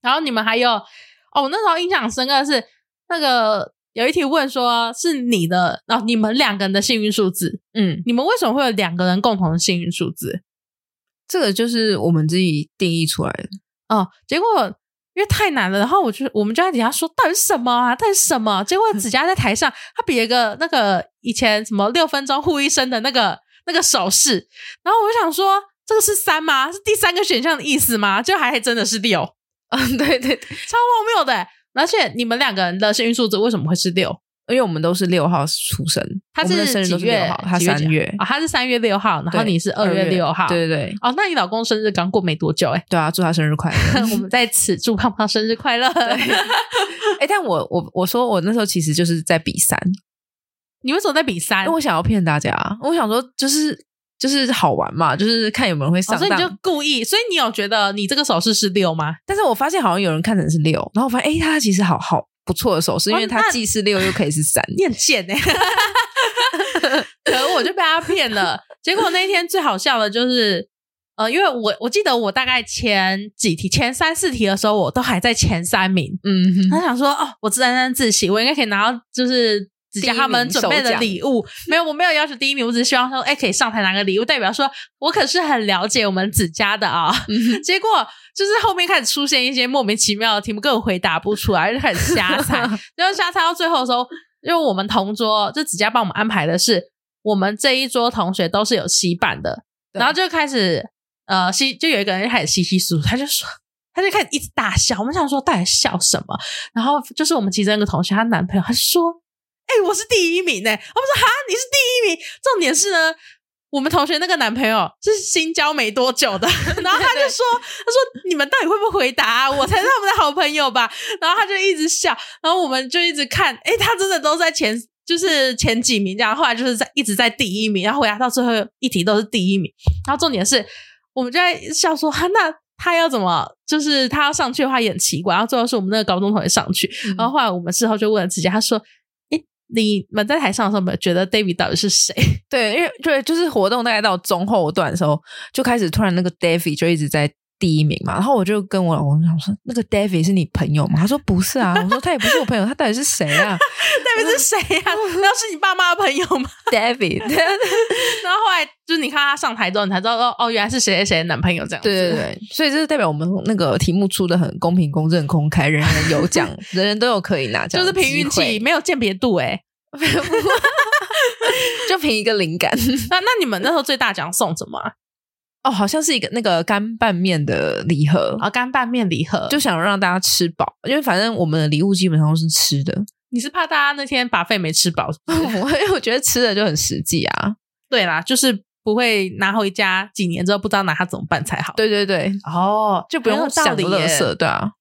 [SPEAKER 1] 然后你们还有哦，我那时候印象很深刻的是那个有一题问说是你的哦，你们两个人的幸运数字，
[SPEAKER 2] 嗯，
[SPEAKER 1] 你们为什么会有两个人共同的幸运数字？
[SPEAKER 2] 这个就是我们自己定义出来的。
[SPEAKER 1] 哦，结果因为太难了，然后我就我们就在底下说到底是什么啊，到底是什么？结果子佳在台上，他比了一个那个以前什么六分钟护一生的那个那个手势，然后我就想说这个是三吗？是第三个选项的意思吗？就还还真的是六，
[SPEAKER 2] 嗯，对对对，
[SPEAKER 1] 超荒谬的欸、而且你们两个人的幸运数字为什么会是六？
[SPEAKER 2] 因为我们都是六号出生，
[SPEAKER 1] 他
[SPEAKER 2] 我们的生
[SPEAKER 1] 是
[SPEAKER 2] 日都
[SPEAKER 1] 几
[SPEAKER 2] 是
[SPEAKER 1] 月
[SPEAKER 2] 6号？？他
[SPEAKER 1] 几几
[SPEAKER 2] 三月
[SPEAKER 1] 啊、，他是三月六号，然后
[SPEAKER 2] 对
[SPEAKER 1] 你是二月六号。
[SPEAKER 2] 对对对，
[SPEAKER 1] 哦，那你老公生日刚过没多久 哎、
[SPEAKER 2] 对啊，祝他生日快乐。
[SPEAKER 1] 我们在此祝胖胖生日快乐。
[SPEAKER 2] 哎，但我我我说我那时候其实就是在比三，
[SPEAKER 1] 你为什么在比
[SPEAKER 2] 因
[SPEAKER 1] 三？
[SPEAKER 2] 为我想要骗大家，啊我想说就是就是好玩嘛，就是看有没有人会
[SPEAKER 1] 哦
[SPEAKER 2] 上
[SPEAKER 1] 所以你
[SPEAKER 2] 当。
[SPEAKER 1] 就故意，所以你有觉得你这个手势是六吗？
[SPEAKER 2] 但是我发现好像有人看成是六，然后我发现哎，诶他其实好好不错的手势，因为
[SPEAKER 1] 哦
[SPEAKER 2] 他
[SPEAKER 1] 那
[SPEAKER 2] 既是六又可以 是三。
[SPEAKER 1] 你很贱哎、可能我就被他骗了。结果那一天最好笑的就是，呃，因为我我记得我大概前几题、前三四题的时候，我都还在前三名。
[SPEAKER 2] 嗯，
[SPEAKER 1] 他想说，哦，我自然然自喜，我应该可以拿到就是。只加他们准备的礼物，没有，我没有要求第一名，我只是希望说，哎、可以上台拿个礼物，代表说我可是很了解我们子家的啊、 结果就是后面开始出现一些莫名其妙的题目，根本回答不出来，就开始瞎猜。 然后瞎猜到最后的时候，因为我们同桌就子佳帮我们安排的是，我们这一桌同学都是有洗版的，
[SPEAKER 2] 对
[SPEAKER 1] 然后就开始呃稀，就有一个人就开始稀稀疏疏，他就说。他就开始一直大笑，我们想说到底笑什么？然后就是我们其中一个同学，她男朋友，他说：“哎、我是第一名呢、我们说：“哈，你是第一名。”重点是呢，我们同学那个男朋友是新交没多久的，然后他就说：“他说你们到底会不会回答啊、我才是他们的好朋友吧。”然后他就一直笑，然后我们就一直看，哎，他真的都在前，就是前几名这样。后来就是在一直在第一名，然后回答到最后一题都是第一名。然后重点是，我们就在笑说，哈，那他要怎么，就是他要上去的话也很奇怪。然后最后是我们那个高中同学上去，
[SPEAKER 2] 嗯
[SPEAKER 1] 然后后来我们事后就问了自己，他说。诶你们在台上的时候，有没有觉得 David 到底是谁？
[SPEAKER 2] 对，因为对，就是活动大概到中后段的时候，就开始突然那个 David 就一直在第一名嘛。然后我就跟我老公讲说：“那个 David 是你朋友吗？”他说：“不是啊。”我说：“他也不是我朋友，他到底是谁啊
[SPEAKER 1] 那边是谁呀、那是你爸妈的朋友吗？
[SPEAKER 2] ？”David，
[SPEAKER 1] 然后后来就是你看他上台之后，你才知道哦哦，原来是谁谁谁的男朋友这样子。
[SPEAKER 2] 对对对，所以这是代表我们那个题目出的很公平、公正、公开，人人有 奖，人人都有可以拿奖
[SPEAKER 1] 就
[SPEAKER 2] 的
[SPEAKER 1] 是
[SPEAKER 2] 机会，
[SPEAKER 1] 凭运气，没有鉴别度哎、
[SPEAKER 2] 就凭一个灵感。
[SPEAKER 1] 那那你们那时候最大奖送什么啊？
[SPEAKER 2] 哦，好像是一个那个干拌面的礼盒，
[SPEAKER 1] 啊，干拌面礼盒。
[SPEAKER 2] 就想让大家吃饱，因为反正我们的礼物基本上都是吃的，
[SPEAKER 1] 你是怕大家那天把费没吃饱？
[SPEAKER 2] 我 因为我觉得吃的就很实际啊。
[SPEAKER 1] 对啦，就是不会拿回家，几年之后不知道拿它怎么办才好。
[SPEAKER 2] 对对对，
[SPEAKER 1] 哦，
[SPEAKER 2] 就不用想
[SPEAKER 1] 想
[SPEAKER 2] 乐色，对啊。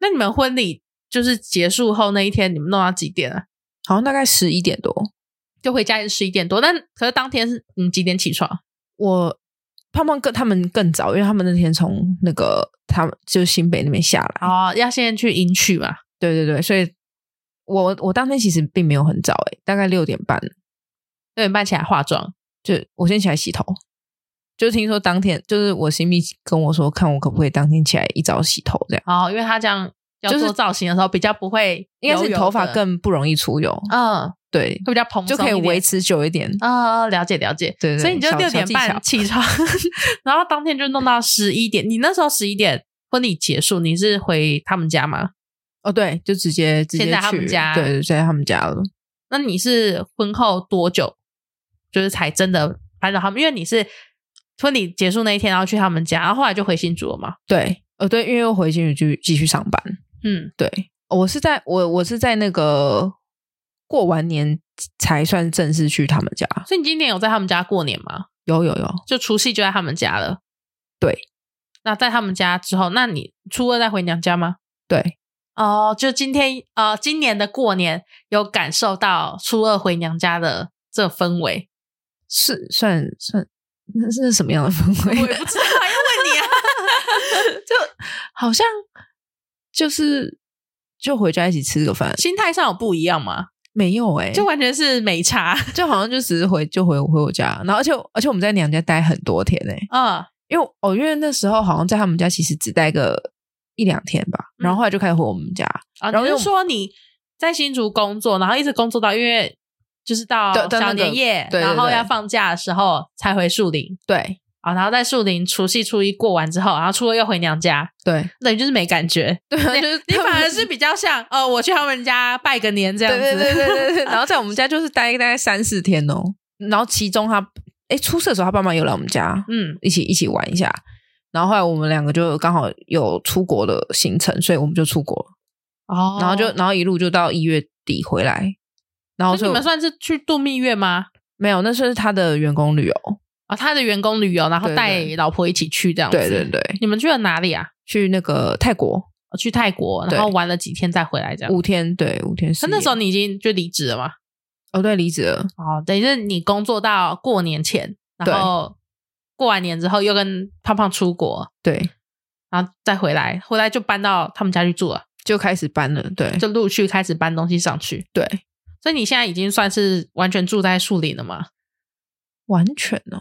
[SPEAKER 1] 那你们婚礼就是结束后那一天，你们弄到几点啊？
[SPEAKER 2] 好像大概十一点多，
[SPEAKER 1] 就回家十一点多，但可是当天是你几点起床？
[SPEAKER 2] 我胖胖跟他们更早，因为他们那天从那个他们就新北那边下来，
[SPEAKER 1] 哦，要现在去迎娶嘛？
[SPEAKER 2] 对对对，所以我我当天其实并没有很早、欸，大概六点半
[SPEAKER 1] 六点半起来化妆，
[SPEAKER 2] 就我先起来洗头，就听说当天就是我新密跟我说，看我可不可以当天起来一早洗头这样，
[SPEAKER 1] 哦，因为他这样要
[SPEAKER 2] 就是
[SPEAKER 1] 做造型的时候比较不会
[SPEAKER 2] 应该
[SPEAKER 1] 油油
[SPEAKER 2] 是
[SPEAKER 1] 的，
[SPEAKER 2] 你头发更不容易出油，
[SPEAKER 1] 嗯，
[SPEAKER 2] 对，
[SPEAKER 1] 会比较蓬松
[SPEAKER 2] 就
[SPEAKER 1] 一点，
[SPEAKER 2] 可以维持哦久一点。
[SPEAKER 1] 啊、了解了解，
[SPEAKER 2] 对对
[SPEAKER 1] 所以你就
[SPEAKER 2] 小
[SPEAKER 1] 六点
[SPEAKER 2] 小
[SPEAKER 1] 半起床， 然后当天就弄到十一点。你那时候十一点婚礼结束，你是回他们家吗？
[SPEAKER 2] 哦，对，就直接直接
[SPEAKER 1] 先在他们
[SPEAKER 2] 去
[SPEAKER 1] 家
[SPEAKER 2] 对，就在他们家了。
[SPEAKER 1] 那你是婚后多久，就是才真的搬到他们？因为你是婚礼结束那一天，然后去他们家，然后后来就回新竹了嘛。
[SPEAKER 2] 对，哦对，因为我回新竹去继续上班。
[SPEAKER 1] 嗯，
[SPEAKER 2] 对，我是在我我是在那个过完年才算正式去他们家。
[SPEAKER 1] 所以你今年有在他们家过年吗？
[SPEAKER 2] 有有有，
[SPEAKER 1] 就除夕就在他们家了。
[SPEAKER 2] 对，
[SPEAKER 1] 那在他们家之后，那你初二再回娘家吗？
[SPEAKER 2] 对
[SPEAKER 1] 哦，就今天呃，今年的过年有感受到初二回娘家的这氛围，
[SPEAKER 2] 是算算那是什么样的氛
[SPEAKER 1] 我也
[SPEAKER 2] 围？
[SPEAKER 1] 不知道，要问你啊。
[SPEAKER 2] 好像就是就回家一起吃个饭，
[SPEAKER 1] 心态上有不一样吗？
[SPEAKER 2] 没有哎、
[SPEAKER 1] 就
[SPEAKER 2] 就
[SPEAKER 1] 完全是美差，
[SPEAKER 2] 就好像就只是回就回回我家，然后而且而且我们在娘家待很多天哎、
[SPEAKER 1] 嗯，
[SPEAKER 2] 因为哦，因为那时候好像在他们家其实只待个一两天吧，
[SPEAKER 1] 嗯
[SPEAKER 2] 然后后来就开始回我们家，
[SPEAKER 1] 啊，
[SPEAKER 2] 然后
[SPEAKER 1] 你
[SPEAKER 2] 因为我
[SPEAKER 1] 是说你在新竹工作，然后一直工作到因为就是到
[SPEAKER 2] 到到那
[SPEAKER 1] 小
[SPEAKER 2] 个
[SPEAKER 1] 年夜，
[SPEAKER 2] 对对
[SPEAKER 1] 然后
[SPEAKER 2] 对
[SPEAKER 1] 要放假的时候才回树林
[SPEAKER 2] 对
[SPEAKER 1] 啊，然后在树林除夕初一过完之后，然后初二又回娘家，
[SPEAKER 2] 对
[SPEAKER 1] 等于就是没感觉。
[SPEAKER 2] 对啊，
[SPEAKER 1] 你
[SPEAKER 2] 就是
[SPEAKER 1] 你
[SPEAKER 2] 他们
[SPEAKER 1] 反而是比较像呃，我去他们家拜个年这样
[SPEAKER 2] 对
[SPEAKER 1] 子，
[SPEAKER 2] 对对对对 对，然后在我们家就是待大概三四天哦，然后其中他哎出事的时候，他爸妈有来我们家
[SPEAKER 1] 嗯，
[SPEAKER 2] 一起一起玩一下，然后后来我们两个就刚好有出国的行程，所以我们就出国了，
[SPEAKER 1] 哦
[SPEAKER 2] 然后就然后一路就到一月底回来，然后
[SPEAKER 1] 所以你们算是去度蜜月吗？
[SPEAKER 2] 没有，那是他的员工旅游，
[SPEAKER 1] 啊、他的员工旅游，然后
[SPEAKER 2] 对
[SPEAKER 1] 带
[SPEAKER 2] 对
[SPEAKER 1] 老婆一起去这样子。
[SPEAKER 2] 对对对，
[SPEAKER 1] 你们去了哪里啊？
[SPEAKER 2] 去那个泰国
[SPEAKER 1] 哦去泰国，
[SPEAKER 2] 对
[SPEAKER 1] 然后玩了几天再回来这样。
[SPEAKER 2] 五天，对五天四
[SPEAKER 1] 那
[SPEAKER 2] 夜，
[SPEAKER 1] 那时候你已经就离职了吗？
[SPEAKER 2] 哦对离职了。
[SPEAKER 1] 哦，等于是你工作到过年前，然后过完年之后又跟胖胖出国，
[SPEAKER 2] 对，
[SPEAKER 1] 然后再回来，回来就搬到他们家去住了，
[SPEAKER 2] 就开始搬了。对
[SPEAKER 1] 就陆续开始搬东西上去。
[SPEAKER 2] 对，
[SPEAKER 1] 所以你现在已经算是完全住在树林了吗？
[SPEAKER 2] 完全哦，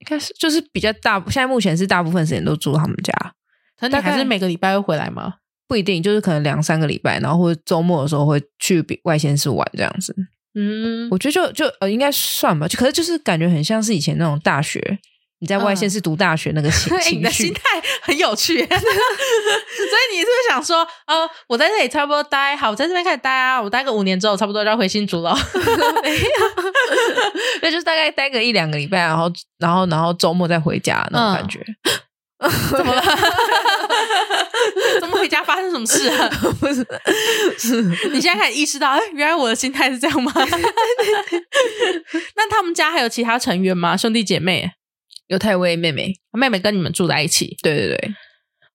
[SPEAKER 2] 应该是就是比较大，现在目前是大部分时间都住他们家，
[SPEAKER 1] 可是你
[SPEAKER 2] 大概
[SPEAKER 1] 还是每个礼拜会回来吗？
[SPEAKER 2] 不一定就是可能两三个礼拜，然后或者周末的时候会去比外县市玩这样子。
[SPEAKER 1] 嗯，
[SPEAKER 2] 我觉得就就呃应该算吧，就可是就是感觉很像是以前那种大学。你在外县市读大学那个情
[SPEAKER 1] 哎嗯 你
[SPEAKER 2] 情
[SPEAKER 1] 的
[SPEAKER 2] 绪
[SPEAKER 1] 心，态很有 趣，所以你是不是想说，呃，我在这里差不多待好，我在这边开始待啊，我待个五年之后，差不多就要回新竹了。
[SPEAKER 2] 对，就是大概待个一两个礼拜，然后然后然后周末再回家那
[SPEAKER 1] 嗯
[SPEAKER 2] 种感觉，
[SPEAKER 1] 怎么了？怎么回家发生什么事啊？
[SPEAKER 2] 不是是
[SPEAKER 1] 你现在开始意识到，哎、原来我的心态是这样吗？ 那他们家还有其他成员吗？兄弟姐妹、
[SPEAKER 2] 有太微妹妹，
[SPEAKER 1] 妹妹跟你们住在一起，
[SPEAKER 2] 对对对，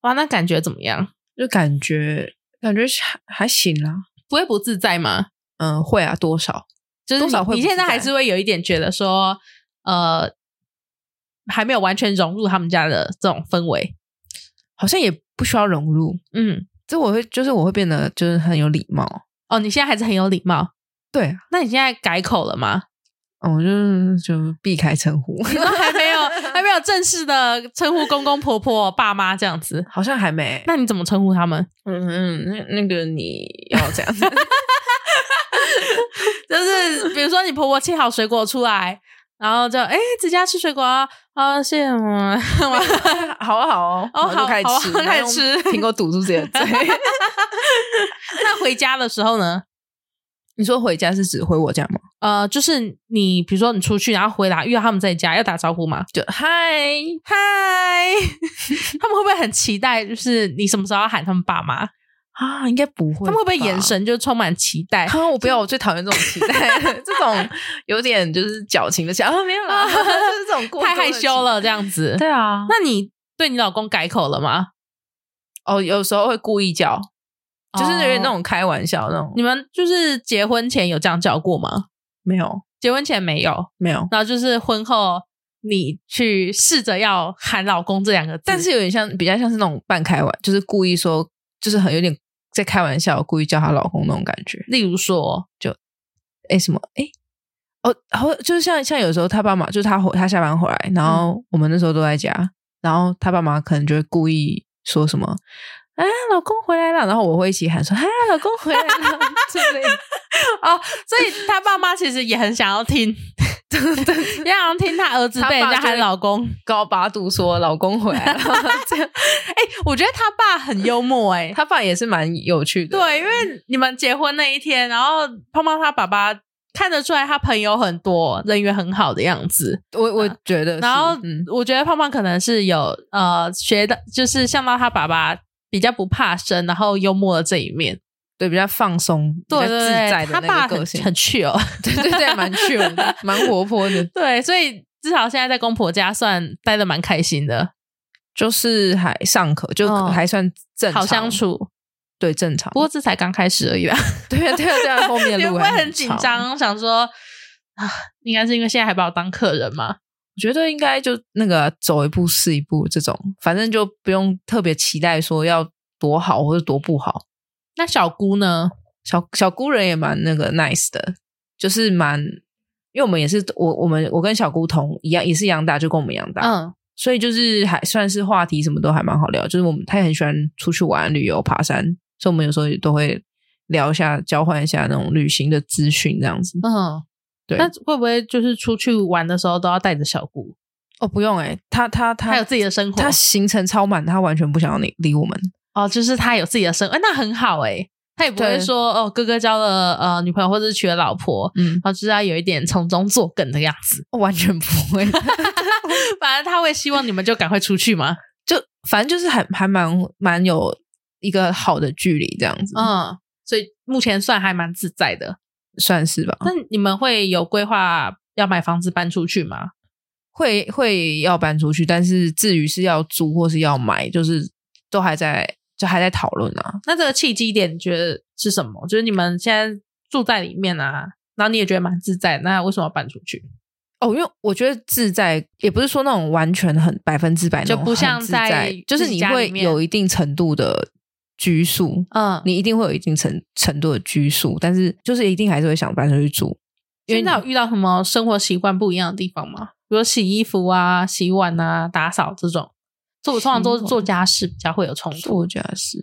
[SPEAKER 1] 哇，那感觉怎么样？
[SPEAKER 2] 就感觉感觉还还行啦、
[SPEAKER 1] 不会不自在吗？
[SPEAKER 2] 嗯，会啊，多少？
[SPEAKER 1] 就是你
[SPEAKER 2] 多少会不
[SPEAKER 1] 你
[SPEAKER 2] 自在
[SPEAKER 1] 现在还是会有一点觉得说，呃，还没有完全融入他们家的这种氛围。
[SPEAKER 2] 好像也不需要融入。
[SPEAKER 1] 嗯，
[SPEAKER 2] 这我会，就是我会变得就是很有礼貌。
[SPEAKER 1] 哦，你现在还是很有礼貌。
[SPEAKER 2] 对啊，
[SPEAKER 1] 那你现在改口了吗？
[SPEAKER 2] 哦，我就就避开称呼，
[SPEAKER 1] 你都还没有还没有正式的称呼公公婆婆、爸妈这样子，
[SPEAKER 2] 好像还没。
[SPEAKER 1] 那你怎么称呼他们？
[SPEAKER 2] 嗯嗯，那那个你要这样子，
[SPEAKER 1] 就是比如说你婆婆切好水果出来，然后就哎，子佳吃水果啊，啊，谢谢妈妈。
[SPEAKER 2] 好啊好哦，
[SPEAKER 1] 哦
[SPEAKER 2] 然后
[SPEAKER 1] 好
[SPEAKER 2] 就开
[SPEAKER 1] 好啊
[SPEAKER 2] 始吃，
[SPEAKER 1] 开始
[SPEAKER 2] 然后用
[SPEAKER 1] 吃
[SPEAKER 2] 苹果堵住自己的嘴。
[SPEAKER 1] 那回家的时候呢？
[SPEAKER 2] 你说回家是指回我家吗？
[SPEAKER 1] 呃，就是你比如说你出去，然后回来遇到他们在家，要打招呼吗？
[SPEAKER 2] 就嗨，
[SPEAKER 1] 嗨， 他们会不会很期待？就是你什么时候要喊他们爸妈？
[SPEAKER 2] 啊，应该不会吧，
[SPEAKER 1] 他们会不会眼神就充满期待？
[SPEAKER 2] 啊，我不要，我最讨厌这种期 待，这种有点就是矫情的想啊，没有 啦，就是这种过多
[SPEAKER 1] 太
[SPEAKER 2] 的
[SPEAKER 1] 害
[SPEAKER 2] 期
[SPEAKER 1] 羞。了，这样子。
[SPEAKER 2] 对啊，
[SPEAKER 1] 那你对你老公改口了吗？
[SPEAKER 2] 哦，有时候会故意叫，就是有点那
[SPEAKER 1] 哦。
[SPEAKER 2] 种开玩笑那种。
[SPEAKER 1] 你们就是结婚前有这样叫过吗？
[SPEAKER 2] 没有，
[SPEAKER 1] 结婚前没有，
[SPEAKER 2] 没有，
[SPEAKER 1] 然后就是婚后你去试着要喊老公这两个字，
[SPEAKER 2] 但是有点像，比较像是那种半开玩，就是故意说，就是很有点在开玩笑，故意叫她老公那种感觉。
[SPEAKER 1] 例如说，
[SPEAKER 2] 哎，什么？哎，哦，然后就是像像有时候他爸妈，就是他回他下班回来，
[SPEAKER 1] 嗯
[SPEAKER 2] 然后我们那时候都在家，然后他爸妈可能就会故意说什么。啊，老公回来了，然后我会一起喊说：“啊，老公回 来了之类的。
[SPEAKER 1] 哦，所以他爸妈其实也很想要 听，也想要听他儿子被人家喊老公。
[SPEAKER 2] 高八度说：“老公回来了。 这样
[SPEAKER 1] 哎、我觉得他爸很幽默哎、”
[SPEAKER 2] 他爸也是蛮有趣 的，
[SPEAKER 1] 对，因为你们结婚那一天，然后胖胖他爸爸看得出来他朋友很多，人缘很好的样子。
[SPEAKER 2] 我我觉得是。
[SPEAKER 1] 然后
[SPEAKER 2] 嗯，
[SPEAKER 1] 我觉得胖胖可能是有呃学的，就是像到他爸爸比较不怕生，然后幽默的这一面。
[SPEAKER 2] 对，比较放松、比较
[SPEAKER 1] 对对
[SPEAKER 2] 自
[SPEAKER 1] 对，
[SPEAKER 2] 在的
[SPEAKER 1] 他
[SPEAKER 2] 那
[SPEAKER 1] 爸
[SPEAKER 2] 个
[SPEAKER 1] 很
[SPEAKER 2] 个性，
[SPEAKER 1] 很 chill，
[SPEAKER 2] 对对对，蛮趣味的，蛮活泼 的，
[SPEAKER 1] 对，所以至少现在在公婆家算待的蛮开心的，
[SPEAKER 2] 就是还尚可，就
[SPEAKER 1] 嗯
[SPEAKER 2] 还算正常，
[SPEAKER 1] 好相，处。
[SPEAKER 2] 对，正常。
[SPEAKER 1] 不过这才刚开始而 已啦，
[SPEAKER 2] 对啊，对啊，对啊，后面
[SPEAKER 1] 你
[SPEAKER 2] 的
[SPEAKER 1] 会
[SPEAKER 2] 路
[SPEAKER 1] 不
[SPEAKER 2] 还
[SPEAKER 1] 会很紧
[SPEAKER 2] 长？
[SPEAKER 1] 张？想说啊，应该是因为现在还把我当客人嘛。
[SPEAKER 2] 我觉得应该就那个走一步是一步，这种反正就不用特别期待说要多好或者多不好。
[SPEAKER 1] 那小姑呢？
[SPEAKER 2] 小小姑人也蛮那个 nice 的，就是蛮，因为我们也是我我们我跟小姑同一样，也是一样大，就跟我们一样大，
[SPEAKER 1] 嗯，
[SPEAKER 2] 所以就是还算是话题什么都还蛮好聊。就是我们她也很喜欢出去玩、旅游、爬山，所以我们有时候也都会聊一下、交换一下那种旅行的资讯这样子。
[SPEAKER 1] 嗯，
[SPEAKER 2] 对
[SPEAKER 1] 那会不会就是出去玩的时候都要带着小姑？
[SPEAKER 2] 哦，不用哎、她她
[SPEAKER 1] 她
[SPEAKER 2] 她
[SPEAKER 1] 有自己的生活，
[SPEAKER 2] 她行程超满，她完全不想要你理我们。
[SPEAKER 1] 哦，就是她有自己的生活，哎那很好哎、她也不会
[SPEAKER 2] 对
[SPEAKER 1] 说哦，哥哥交了呃女朋友或者是娶了老婆，
[SPEAKER 2] 嗯，
[SPEAKER 1] 然后就是要有一点从中作梗的样子。
[SPEAKER 2] 完全不会，
[SPEAKER 1] 反正他会希望你们就赶快出去嘛。
[SPEAKER 2] 就反正就是还还蛮蛮有一个好的距离这样 子，
[SPEAKER 1] 嗯，所以目前算还蛮自在的。
[SPEAKER 2] 算是吧。
[SPEAKER 1] 那你们会有规划要买房子搬出去吗？
[SPEAKER 2] 会会要搬出去，但是至于是要租或是要买，就是都还在就还在讨论啊。
[SPEAKER 1] 那这个契机点你觉得是什么？就是你们现在住在里面啊，然后你也觉得蛮自在，那为什么要搬出去？
[SPEAKER 2] 哦，因为我觉得自在也不是说那种完全很百分之百那种
[SPEAKER 1] 就不像
[SPEAKER 2] 很自
[SPEAKER 1] 在
[SPEAKER 2] 在，就是
[SPEAKER 1] 自己
[SPEAKER 2] 你
[SPEAKER 1] 家里
[SPEAKER 2] 会
[SPEAKER 1] 面
[SPEAKER 2] 有一定程度的拘束，
[SPEAKER 1] 嗯，
[SPEAKER 2] 你一定会有一定程程度的拘束，但是就是一定还是会想搬出去住。因为
[SPEAKER 1] 现在有遇到什么生活习惯不一样的地方吗？比如洗衣服啊、洗碗啊、打扫这种。所以我通常都是做家事比较会有冲突。
[SPEAKER 2] 作家是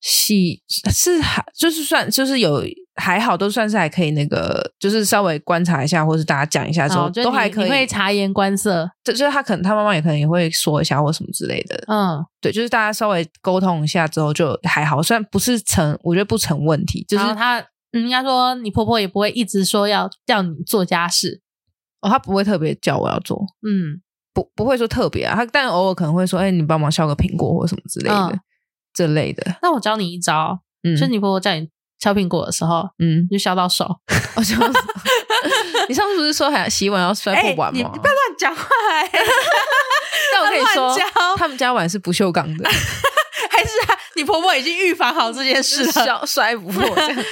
[SPEAKER 2] 洗是还就是算就是有还好，都算是还可以那个，就是稍微观察一下，或是大家讲一下之后，
[SPEAKER 1] 哦就
[SPEAKER 2] 都
[SPEAKER 1] 你
[SPEAKER 2] 还可
[SPEAKER 1] 你会
[SPEAKER 2] 以。
[SPEAKER 1] 察言观色，
[SPEAKER 2] 就就是他可能他妈妈也可能也会说一下或什么之类的，
[SPEAKER 1] 嗯，
[SPEAKER 2] 对，就是大家稍微沟通一下之后就还好，虽然不是成，我觉得不成问题，就是
[SPEAKER 1] 然后她嗯应该说你婆婆也不会一直说要叫你做家事，
[SPEAKER 2] 哦，他不会特别叫我要做，
[SPEAKER 1] 嗯，
[SPEAKER 2] 不不会说特别啊，他但偶尔可能会说，哎、你帮忙削个苹果或什么之类的、
[SPEAKER 1] 嗯
[SPEAKER 2] 这类的，
[SPEAKER 1] 那我教你一招，
[SPEAKER 2] 嗯
[SPEAKER 1] 就是你婆婆叫你削苹果的时候，
[SPEAKER 2] 嗯，
[SPEAKER 1] 你就削到手。
[SPEAKER 2] 我想你上次不是说还洗哎碗要摔
[SPEAKER 1] 哎
[SPEAKER 2] 破碗吗？
[SPEAKER 1] 乱讲 话、
[SPEAKER 2] 但我可以说
[SPEAKER 1] 乱教，
[SPEAKER 2] 他们家碗是不锈钢 的，
[SPEAKER 1] 还是啊你婆婆已经预防好这件事
[SPEAKER 2] 是啊
[SPEAKER 1] 了？
[SPEAKER 2] 摔摔不破 这样。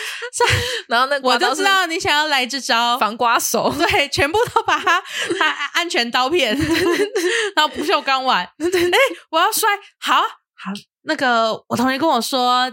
[SPEAKER 2] 然后那
[SPEAKER 1] 我
[SPEAKER 2] 刮
[SPEAKER 1] 就
[SPEAKER 2] 刀
[SPEAKER 1] 知
[SPEAKER 2] 是
[SPEAKER 1] 道你想要来这招，
[SPEAKER 2] 防刮 手，
[SPEAKER 1] 对，全部都把 它它安全刀片，然后不锈钢碗。哎、我要摔，好好。那个我同学跟我说，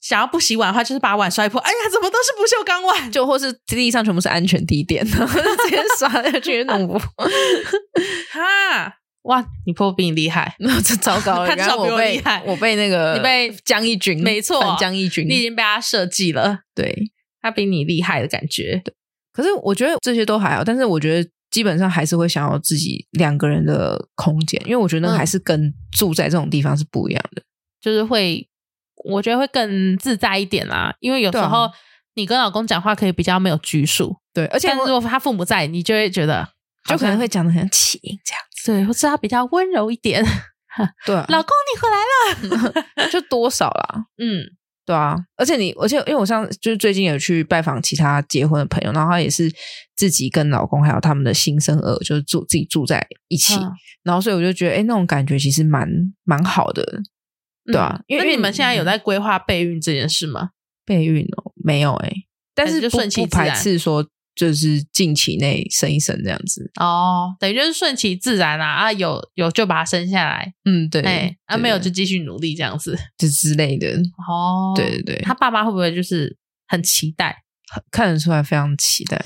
[SPEAKER 1] 想要不洗碗的话，就是把碗摔破。哎呀，怎么都是不锈钢碗？
[SPEAKER 2] 就或是地上全部是安全地垫，然后就直 接刷下去弄不。
[SPEAKER 1] 哈，哇，你婆婆比你厉害，
[SPEAKER 2] 那这糟糕了，
[SPEAKER 1] 他
[SPEAKER 2] 原来
[SPEAKER 1] 至少比
[SPEAKER 2] 我
[SPEAKER 1] 我
[SPEAKER 2] 被
[SPEAKER 1] 厉害
[SPEAKER 2] 我被那个
[SPEAKER 1] 你被
[SPEAKER 2] 江一军，
[SPEAKER 1] 没错
[SPEAKER 2] 反江一军
[SPEAKER 1] 你已经被她设计了，
[SPEAKER 2] 对。
[SPEAKER 1] 她比你厉害的感觉。
[SPEAKER 2] 可是我觉得这些都还好，但是我觉得基本上还是会想要自己两个人的空间，因为我觉得那
[SPEAKER 1] 嗯
[SPEAKER 2] 还是跟住在这种地方是不一样的。
[SPEAKER 1] 就是会，我觉得会更自在一点啦。因为有时
[SPEAKER 2] 对啊
[SPEAKER 1] 候你跟老公讲话可以比较没有拘束，
[SPEAKER 2] 对，而且
[SPEAKER 1] 但如果他父母在，你就会觉得
[SPEAKER 2] 就可能会讲的很起这样。
[SPEAKER 1] 对，或是他比较温柔一点。
[SPEAKER 2] 对、啊，
[SPEAKER 1] 老公，你回来了。
[SPEAKER 2] 就多少啦，
[SPEAKER 1] 嗯
[SPEAKER 2] 对啊，而且你，而且因为我上就是最近有去拜访其他结婚的朋友，然后他也是自己跟老公还有他们的新生儿，就是住自己住在一起，
[SPEAKER 1] 嗯
[SPEAKER 2] 然后所以我就觉得，哎、那种感觉其实蛮蛮好的，对啊，因为
[SPEAKER 1] 嗯那
[SPEAKER 2] 因
[SPEAKER 1] 你
[SPEAKER 2] 为
[SPEAKER 1] 们现在有在规划备孕这件事吗？
[SPEAKER 2] 备孕哦，没有哎、但
[SPEAKER 1] 还
[SPEAKER 2] 是
[SPEAKER 1] 是就
[SPEAKER 2] 不
[SPEAKER 1] 顺其
[SPEAKER 2] 不
[SPEAKER 1] 自然
[SPEAKER 2] 排斥说就是近期内生一生这样子，
[SPEAKER 1] 哦，等于就是顺其自然啦、啊，有有就把它生下来，
[SPEAKER 2] 嗯，对，
[SPEAKER 1] 哎，啊
[SPEAKER 2] 对
[SPEAKER 1] 没有
[SPEAKER 2] 对
[SPEAKER 1] 就继续努力这样子。
[SPEAKER 2] 就之类的，
[SPEAKER 1] 哦，
[SPEAKER 2] 对对对，
[SPEAKER 1] 他爸妈会不会就是很期待？
[SPEAKER 2] 看得出来非常期待。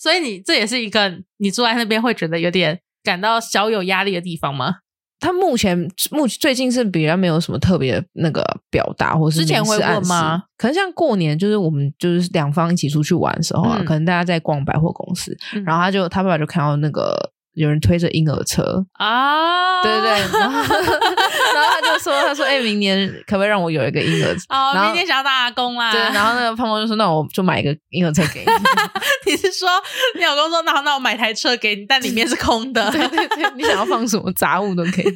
[SPEAKER 1] 所以你这也是一个你住在那边会觉得有点感到小有压力的地方吗？
[SPEAKER 2] 他目前目最近是比较没有什么特别的那个表达，或是
[SPEAKER 1] 之前
[SPEAKER 2] 明
[SPEAKER 1] 会
[SPEAKER 2] 示
[SPEAKER 1] 问
[SPEAKER 2] 暗示
[SPEAKER 1] 吗？
[SPEAKER 2] 可能像过年，就是我们就是两方一起出去玩的时候啊，
[SPEAKER 1] 嗯
[SPEAKER 2] 可能大家在逛百货公司，
[SPEAKER 1] 嗯
[SPEAKER 2] 然后他就他爸爸就看到那个有人推着婴儿车，
[SPEAKER 1] 啊，
[SPEAKER 2] 对对对，然后然后他就说他说哎、明年可不可以让我有一个婴儿车？
[SPEAKER 1] 哦，
[SPEAKER 2] 然后
[SPEAKER 1] 明天想要当阿公啦。
[SPEAKER 2] 对，然后那个胖胖就说：“那我就买一个婴儿车给你。
[SPEAKER 1] 你是说你老公说，那好那我买台车给你，但里面是空的。
[SPEAKER 2] 对对对，你想要放什么杂物都可以，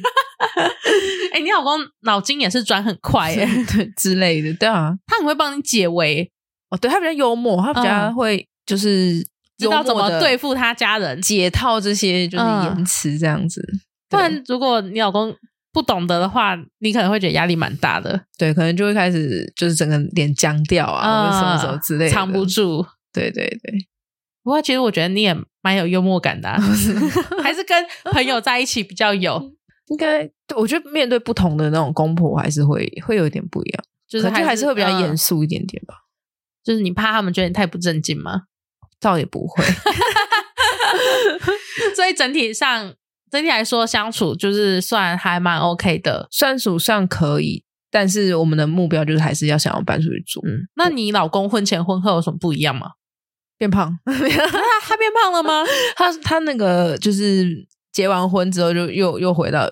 [SPEAKER 1] 哎、你老公脑筋也 是转很快耶，
[SPEAKER 2] 对之类的。对啊，
[SPEAKER 1] 他很会帮你解围，
[SPEAKER 2] 哦，对他比较幽默，他比较
[SPEAKER 1] 嗯
[SPEAKER 2] 会就是
[SPEAKER 1] 知道
[SPEAKER 2] 幽默
[SPEAKER 1] 怎么
[SPEAKER 2] 地
[SPEAKER 1] 对付他家人
[SPEAKER 2] 解套这些就是
[SPEAKER 1] 嗯
[SPEAKER 2] 言辞这样子。
[SPEAKER 1] 不
[SPEAKER 2] 对
[SPEAKER 1] 然如果你老公不懂得的话，你可能会觉得压力蛮大的
[SPEAKER 2] 对，可能就会开始就是整个脸僵掉啊，或者什么什么之类的，
[SPEAKER 1] 嗯藏不。住。
[SPEAKER 2] 对对对，
[SPEAKER 1] 不过其实我觉得你也蛮有幽默感的啊、还是嗯跟朋友在一起比较有，
[SPEAKER 2] 应该对我觉得面对不同的那种公婆，还是会会有一点不一样，
[SPEAKER 1] 就是
[SPEAKER 2] 可能就还是会比较严
[SPEAKER 1] 嗯
[SPEAKER 2] 肃一点点吧。
[SPEAKER 1] 就是你怕他们觉得你太不正经吗？
[SPEAKER 2] 倒也不会，
[SPEAKER 1] 所以整体上，整体来说相处就是算还蛮 OK 的。
[SPEAKER 2] 算属上可以，但是我们的目标就是还是要想要搬出去住，
[SPEAKER 1] 嗯，那你老公婚前婚后有什么不一样吗？
[SPEAKER 2] 变 胖。
[SPEAKER 1] 他他变胖了吗？
[SPEAKER 2] 他他那个就是结完婚之后就又又回到，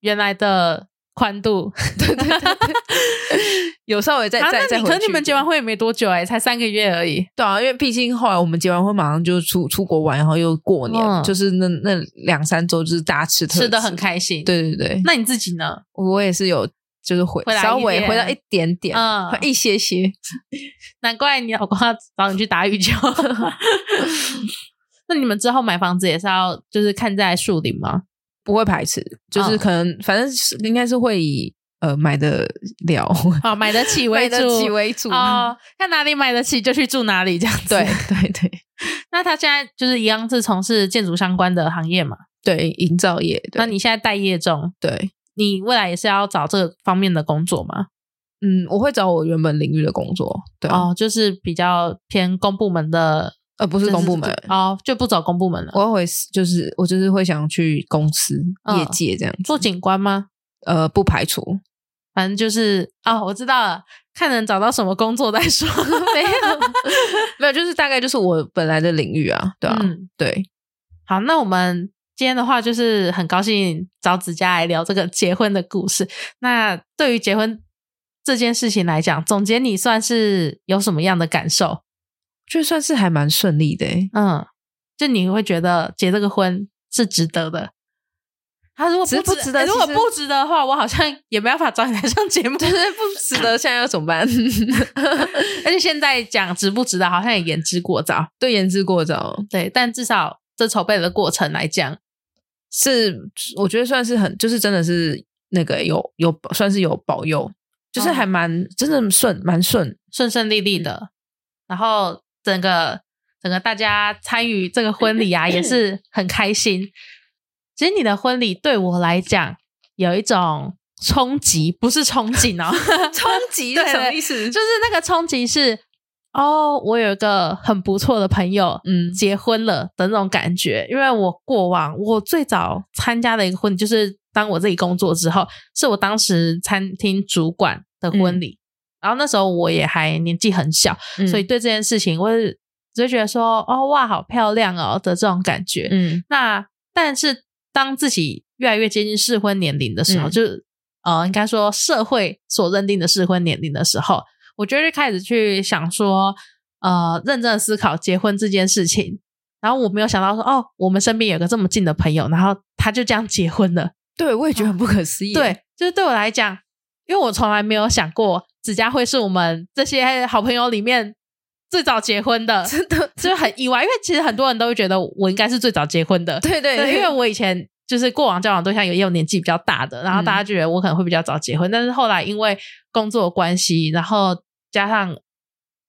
[SPEAKER 1] 原来的宽度
[SPEAKER 2] 对对对对，有稍微再
[SPEAKER 1] 啊，
[SPEAKER 2] 再
[SPEAKER 1] 那
[SPEAKER 2] 再
[SPEAKER 1] 你
[SPEAKER 2] 回
[SPEAKER 1] 可是
[SPEAKER 2] 去。
[SPEAKER 1] 你们结完婚也没多久哎、才三个月而已。
[SPEAKER 2] 对啊，因为毕竟后来我们结完婚，马上就出出国玩，然后又过年，
[SPEAKER 1] 嗯
[SPEAKER 2] 就是那那两三周就是大吃特
[SPEAKER 1] 吃的很。开心。，
[SPEAKER 2] 对对对，
[SPEAKER 1] 那你自己呢？
[SPEAKER 2] 我也是有就是回
[SPEAKER 1] 回来一
[SPEAKER 2] 稍微
[SPEAKER 1] 点
[SPEAKER 2] 回到一点点，
[SPEAKER 1] 嗯
[SPEAKER 2] 一些些。
[SPEAKER 1] 难怪你老公要找你去打羽 球。那你们之后买房子也是要就是看在树林吗？
[SPEAKER 2] 不会排斥，就是
[SPEAKER 1] 嗯
[SPEAKER 2] 可能、反正是应该是会以呃买的了，
[SPEAKER 1] 好，买得起
[SPEAKER 2] 买
[SPEAKER 1] 为主。
[SPEAKER 2] 得起为主。嗯
[SPEAKER 1] 哦，看哪里买得起就去住哪里这样子。
[SPEAKER 2] 对对对
[SPEAKER 1] 那他现在就是一样是从事建筑相关的行业嘛？
[SPEAKER 2] 对，营造业，对
[SPEAKER 1] 那你现在待业中，
[SPEAKER 2] 对，
[SPEAKER 1] 你未来也是要找这个方面的工作吗？
[SPEAKER 2] 嗯，我会找我原本领域的工作，对，啊
[SPEAKER 1] 哦，就是比较偏公部门的，
[SPEAKER 2] 呃，不
[SPEAKER 1] 不
[SPEAKER 2] 是公部门，
[SPEAKER 1] 哦，就不走公部门了，
[SPEAKER 2] 我会就是我就是会想去公司、
[SPEAKER 1] 嗯
[SPEAKER 2] 业界这样子，
[SPEAKER 1] 做警官吗？
[SPEAKER 2] 呃，不排除，
[SPEAKER 1] 反正就是哦，我知道了，看能找到什么工作再说。
[SPEAKER 2] 没有， 没有，就是大概就是我本来的领域啊， 对啊，
[SPEAKER 1] 嗯，
[SPEAKER 2] 对，
[SPEAKER 1] 好，那我们今天的话就是很高兴找子佳来聊这个结婚的故事。那对于结婚这件事情来讲，总结你算是有什么样的感受？
[SPEAKER 2] 就算是还蛮顺利的、欸。
[SPEAKER 1] 嗯，就你会觉得结这个婚是值得的。他如果
[SPEAKER 2] 值不
[SPEAKER 1] 值
[SPEAKER 2] 值得
[SPEAKER 1] 诶如果
[SPEAKER 2] 其实
[SPEAKER 1] 不值得的话，我好像也没办法找你来上节目。
[SPEAKER 2] 就是不值 得，现在要怎么办？
[SPEAKER 1] 而且现在讲值不值得，好像也言之过早。
[SPEAKER 2] 对言之过早，
[SPEAKER 1] 对，但至少这筹备的过程来讲，
[SPEAKER 2] 是我觉得算是很，就是真的是那个有有算是有保佑，就是
[SPEAKER 1] 哦
[SPEAKER 2] 还蛮、真的顺，蛮顺。
[SPEAKER 1] 顺顺利利的，然后整个整个大家参与这个婚礼啊，也是很开心。其实你的婚礼对我来讲，有一种冲击，不是冲进 哦，
[SPEAKER 2] 冲击
[SPEAKER 1] 对对
[SPEAKER 2] 是什么意思？
[SPEAKER 1] 就是那个冲击是哦，我有一个很不错的朋友
[SPEAKER 2] 嗯
[SPEAKER 1] 结婚了的那种感觉。因为我过往我最早参加的一个婚礼，就是当我自己工作之后，是我当时餐厅主管的婚礼。然后那时候我也还年纪很小，
[SPEAKER 2] 嗯
[SPEAKER 1] 所以对这件事情我是只会觉得说哦哇，好漂亮哦的这种感觉。
[SPEAKER 2] 嗯
[SPEAKER 1] 那但是当自己越来越接近适婚年龄的时候，
[SPEAKER 2] 嗯
[SPEAKER 1] 就是呃，应该说社会所认定的适婚年龄的时候，我就会开始去想说，呃，认真的思考结婚这件事情。然后我没有想到说，哦，我们身边有个这么近的朋友，然后他就这样结婚了。
[SPEAKER 2] 对我也觉得很不可思议。
[SPEAKER 1] 对，就是对我来讲，因为我从来没有想过子佳会是我们这些好朋友里面最早结婚 的，
[SPEAKER 2] 真的，
[SPEAKER 1] 就是很意外。因为其实很多人都会觉得我应该是最早结婚的，
[SPEAKER 2] 对对
[SPEAKER 1] 对，因为我以前就是过往交往对象有也有年纪比较大的，然后大家就觉得我可能会比较早结婚，但是后来因为工作关系，然后加上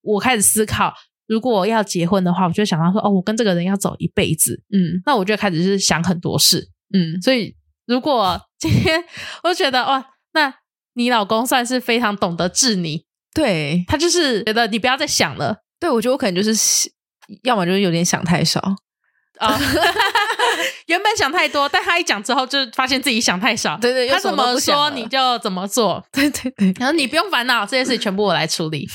[SPEAKER 1] 我开始思考，如果要结婚的话，我就想到说，哦，我跟这个人要走一辈子，
[SPEAKER 2] 嗯
[SPEAKER 1] 那我就开始就是想很多事，
[SPEAKER 2] 嗯，
[SPEAKER 1] 所以如果今天我就觉得哇，那你老公算是非常懂得治你，
[SPEAKER 2] 对
[SPEAKER 1] 他就是觉得你不要再想了。
[SPEAKER 2] 对，我觉得我可能就是，要么就是有点想太少，
[SPEAKER 1] 啊、原本想太多，但他一讲之后，就发现自己想太少。
[SPEAKER 2] 对对又
[SPEAKER 1] 他
[SPEAKER 2] 什
[SPEAKER 1] 怎
[SPEAKER 2] 么都
[SPEAKER 1] 么
[SPEAKER 2] 不想
[SPEAKER 1] 说
[SPEAKER 2] 了
[SPEAKER 1] 你就怎么做，
[SPEAKER 2] 对对对，
[SPEAKER 1] 然后你不用烦恼，这件事情全部我来处 理。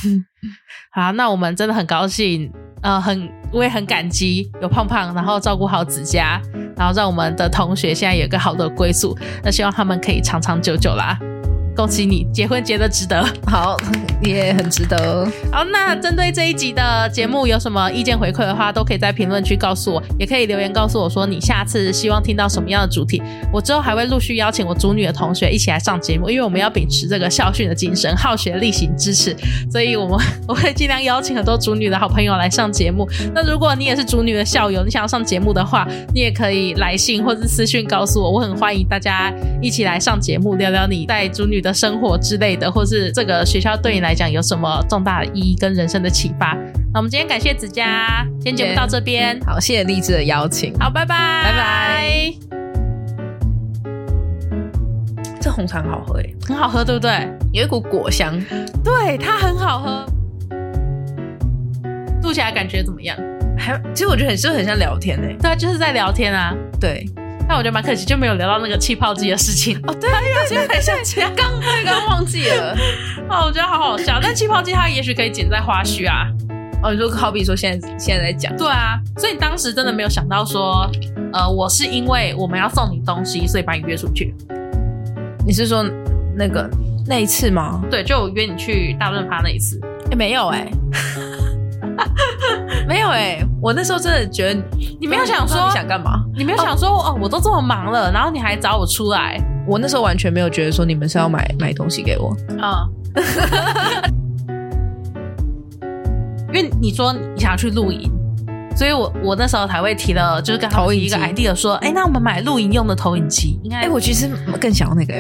[SPEAKER 1] 好，那我们真的很高兴，呃，很我也很感激有胖胖，然后照顾好子佳，然后让我们的同学现在有一个好的归宿。那希望他们可以长长久久啦。恭喜你，结婚结的值得。
[SPEAKER 2] 好，也很值得。
[SPEAKER 1] 好，那针对这一集的节目有什么意见回馈的话，都可以在评论区告诉我，也可以留言告诉我说你下次希望听到什么样的主题。我之后还会陆续邀请我主女的同学一起来上节目，因为我们要秉持这个校训的精神，好学力行支持，所以我们 我会尽量邀请很多主女的好朋友来上节目。那如果你也是主女的校友，你想要上节目的话，你也可以来信或是私讯告诉我，我很欢迎大家一起来上节目，聊聊你在主女的生活之类的，或是这个学校对你来讲有什么重大的意义跟人生的启发。那我们今天感谢子佳，今天节目到这边，
[SPEAKER 2] 好，谢谢荔枝的邀请。
[SPEAKER 1] 好，拜拜，拜
[SPEAKER 2] 拜，这红糖好喝诶，
[SPEAKER 1] 很好喝，对不对？
[SPEAKER 2] 有一股果香，
[SPEAKER 1] 对，它很好喝，录起来感觉怎么样？
[SPEAKER 2] 还其实我觉得很就很像聊天诶。
[SPEAKER 1] 对啊，就是在聊天啊。
[SPEAKER 2] 对，
[SPEAKER 1] 但我觉得蛮可惜，就没有聊到那个气泡机的事情。
[SPEAKER 2] 哦对，
[SPEAKER 1] 其实很想起来，刚
[SPEAKER 2] 刚刚忘记了。
[SPEAKER 1] 哦，我觉得好好笑。但气泡机它也许可以剪在花絮啊。
[SPEAKER 2] 哦，你说好比说现在现在在讲，
[SPEAKER 1] 对啊，所以你当时真的没有想到说，呃，我是因为我们要送你东西，所以把你约出去。
[SPEAKER 2] 你是说那个那一次吗？
[SPEAKER 1] 对，就我约你去大润发那一次。
[SPEAKER 2] 诶没有
[SPEAKER 1] 哎
[SPEAKER 2] 诶， 没有诶，我那时候真的觉得
[SPEAKER 1] 你没有想
[SPEAKER 2] 不知道
[SPEAKER 1] 说
[SPEAKER 2] 你想干嘛。
[SPEAKER 1] 你没有想说哦我都这么忙了，然后你还找我出来，
[SPEAKER 2] 我那时候完全没有觉得说你们是要买买东西给我，
[SPEAKER 1] 嗯。 因为你说你想要去露营，所以我我那时候才会提了，就是跟他们
[SPEAKER 2] 投影
[SPEAKER 1] 提一个
[SPEAKER 2] 机
[SPEAKER 1] idea 说，哎、那我们买哎
[SPEAKER 2] 哎
[SPEAKER 1] 露营用的投影机，应该
[SPEAKER 2] 欸哎、我其实更想要那个、